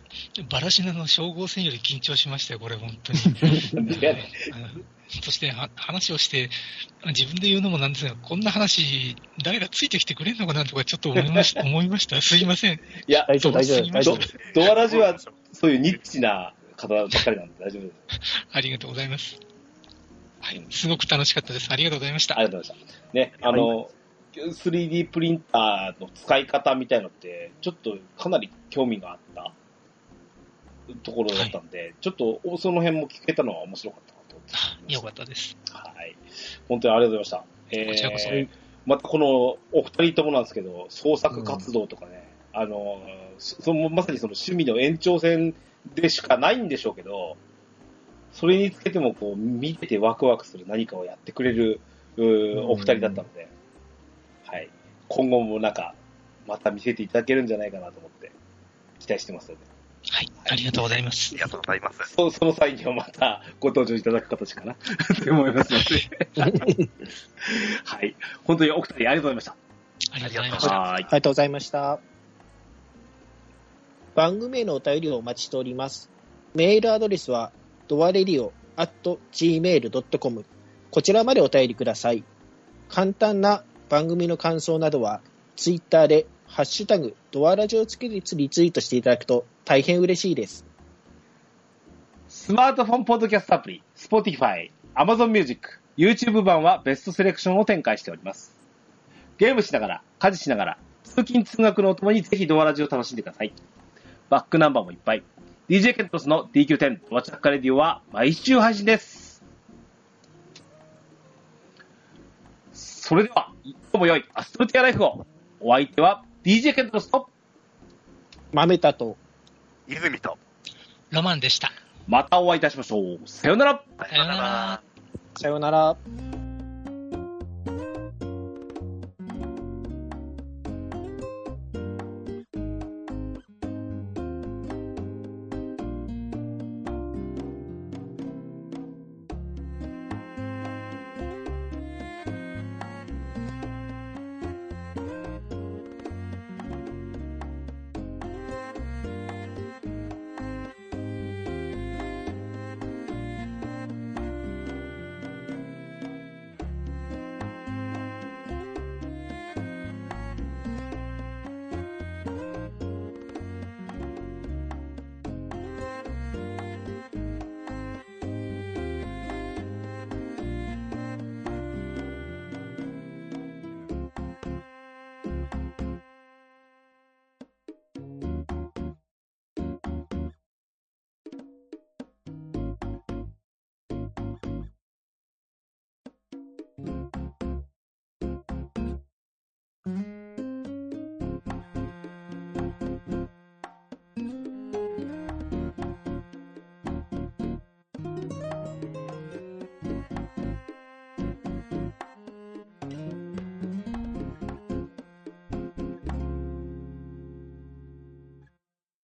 バラシナの称号戦より緊張しましたよ、これ、本当に。あのそしては、話をして、自分で言うのもなんですが、こんな話、誰がついてきてくれるのかなとか、ちょっと思いました、思いました。すいません。いや、大丈夫、大丈すい夫、ま大丈せん夫。ドアラジはそういうニッチな方ばっかりなんで大丈夫です。ありがとうございます。はい、すごく楽しかったです。ありがとうございましたあ。りがとうございました。ね、あの、3D プリンターの使い方みたいのって、ちょっとかなり興味があったところだったんで、ちょっとおその辺も聞けたのは面白かったなと思ってます。よかったです。はい。本当にありがとうございまこしちた。らこそえーまたこのお二人ともなんですけど、創作活動とかね、あの、そそのまさにその趣味の延長線でしかないんでしょうけど、それにつけてもこう見ててワクワクする何かをやってくれるうーうんお二人だったので、はい。今後もなんか、また見せていただけるんじゃないかなと思って、期待してますので、はい、ありがとうございますり。がとうございます。そその際にはまたご登場いただく形かなって 思いますので、はい。本当にお二人ありがとうございました。ありがとうございました。はい。ありがとうございました。番組へのお便りをお待ちしております。メールアドレスは、ドアレディオ at gmail.com。こちらまでお便りください。簡単な番組の感想などは、ツイッターで、ハッシュタグ、ドアラジをつけてリツイートしていただくと大変嬉しいです。スマートフォンポッドキャストアプリ、Spotify、Amazon Music、YouTube 版はベストセレクションを展開しております。ゲームしながら、家事しながら、通勤通学のお供にぜひドアラジを楽しんでください。バックナンバーもいっぱい。DJ ケントスの DQ10 ドアチャッカレディオは毎週配信です。それでは、いつも良いアストルティアライフを。お相手は DJ ケントスと、豆田と、泉と。ロマンでした。またお会いいたしましょう。さようなら。さようなら。さようなら。 「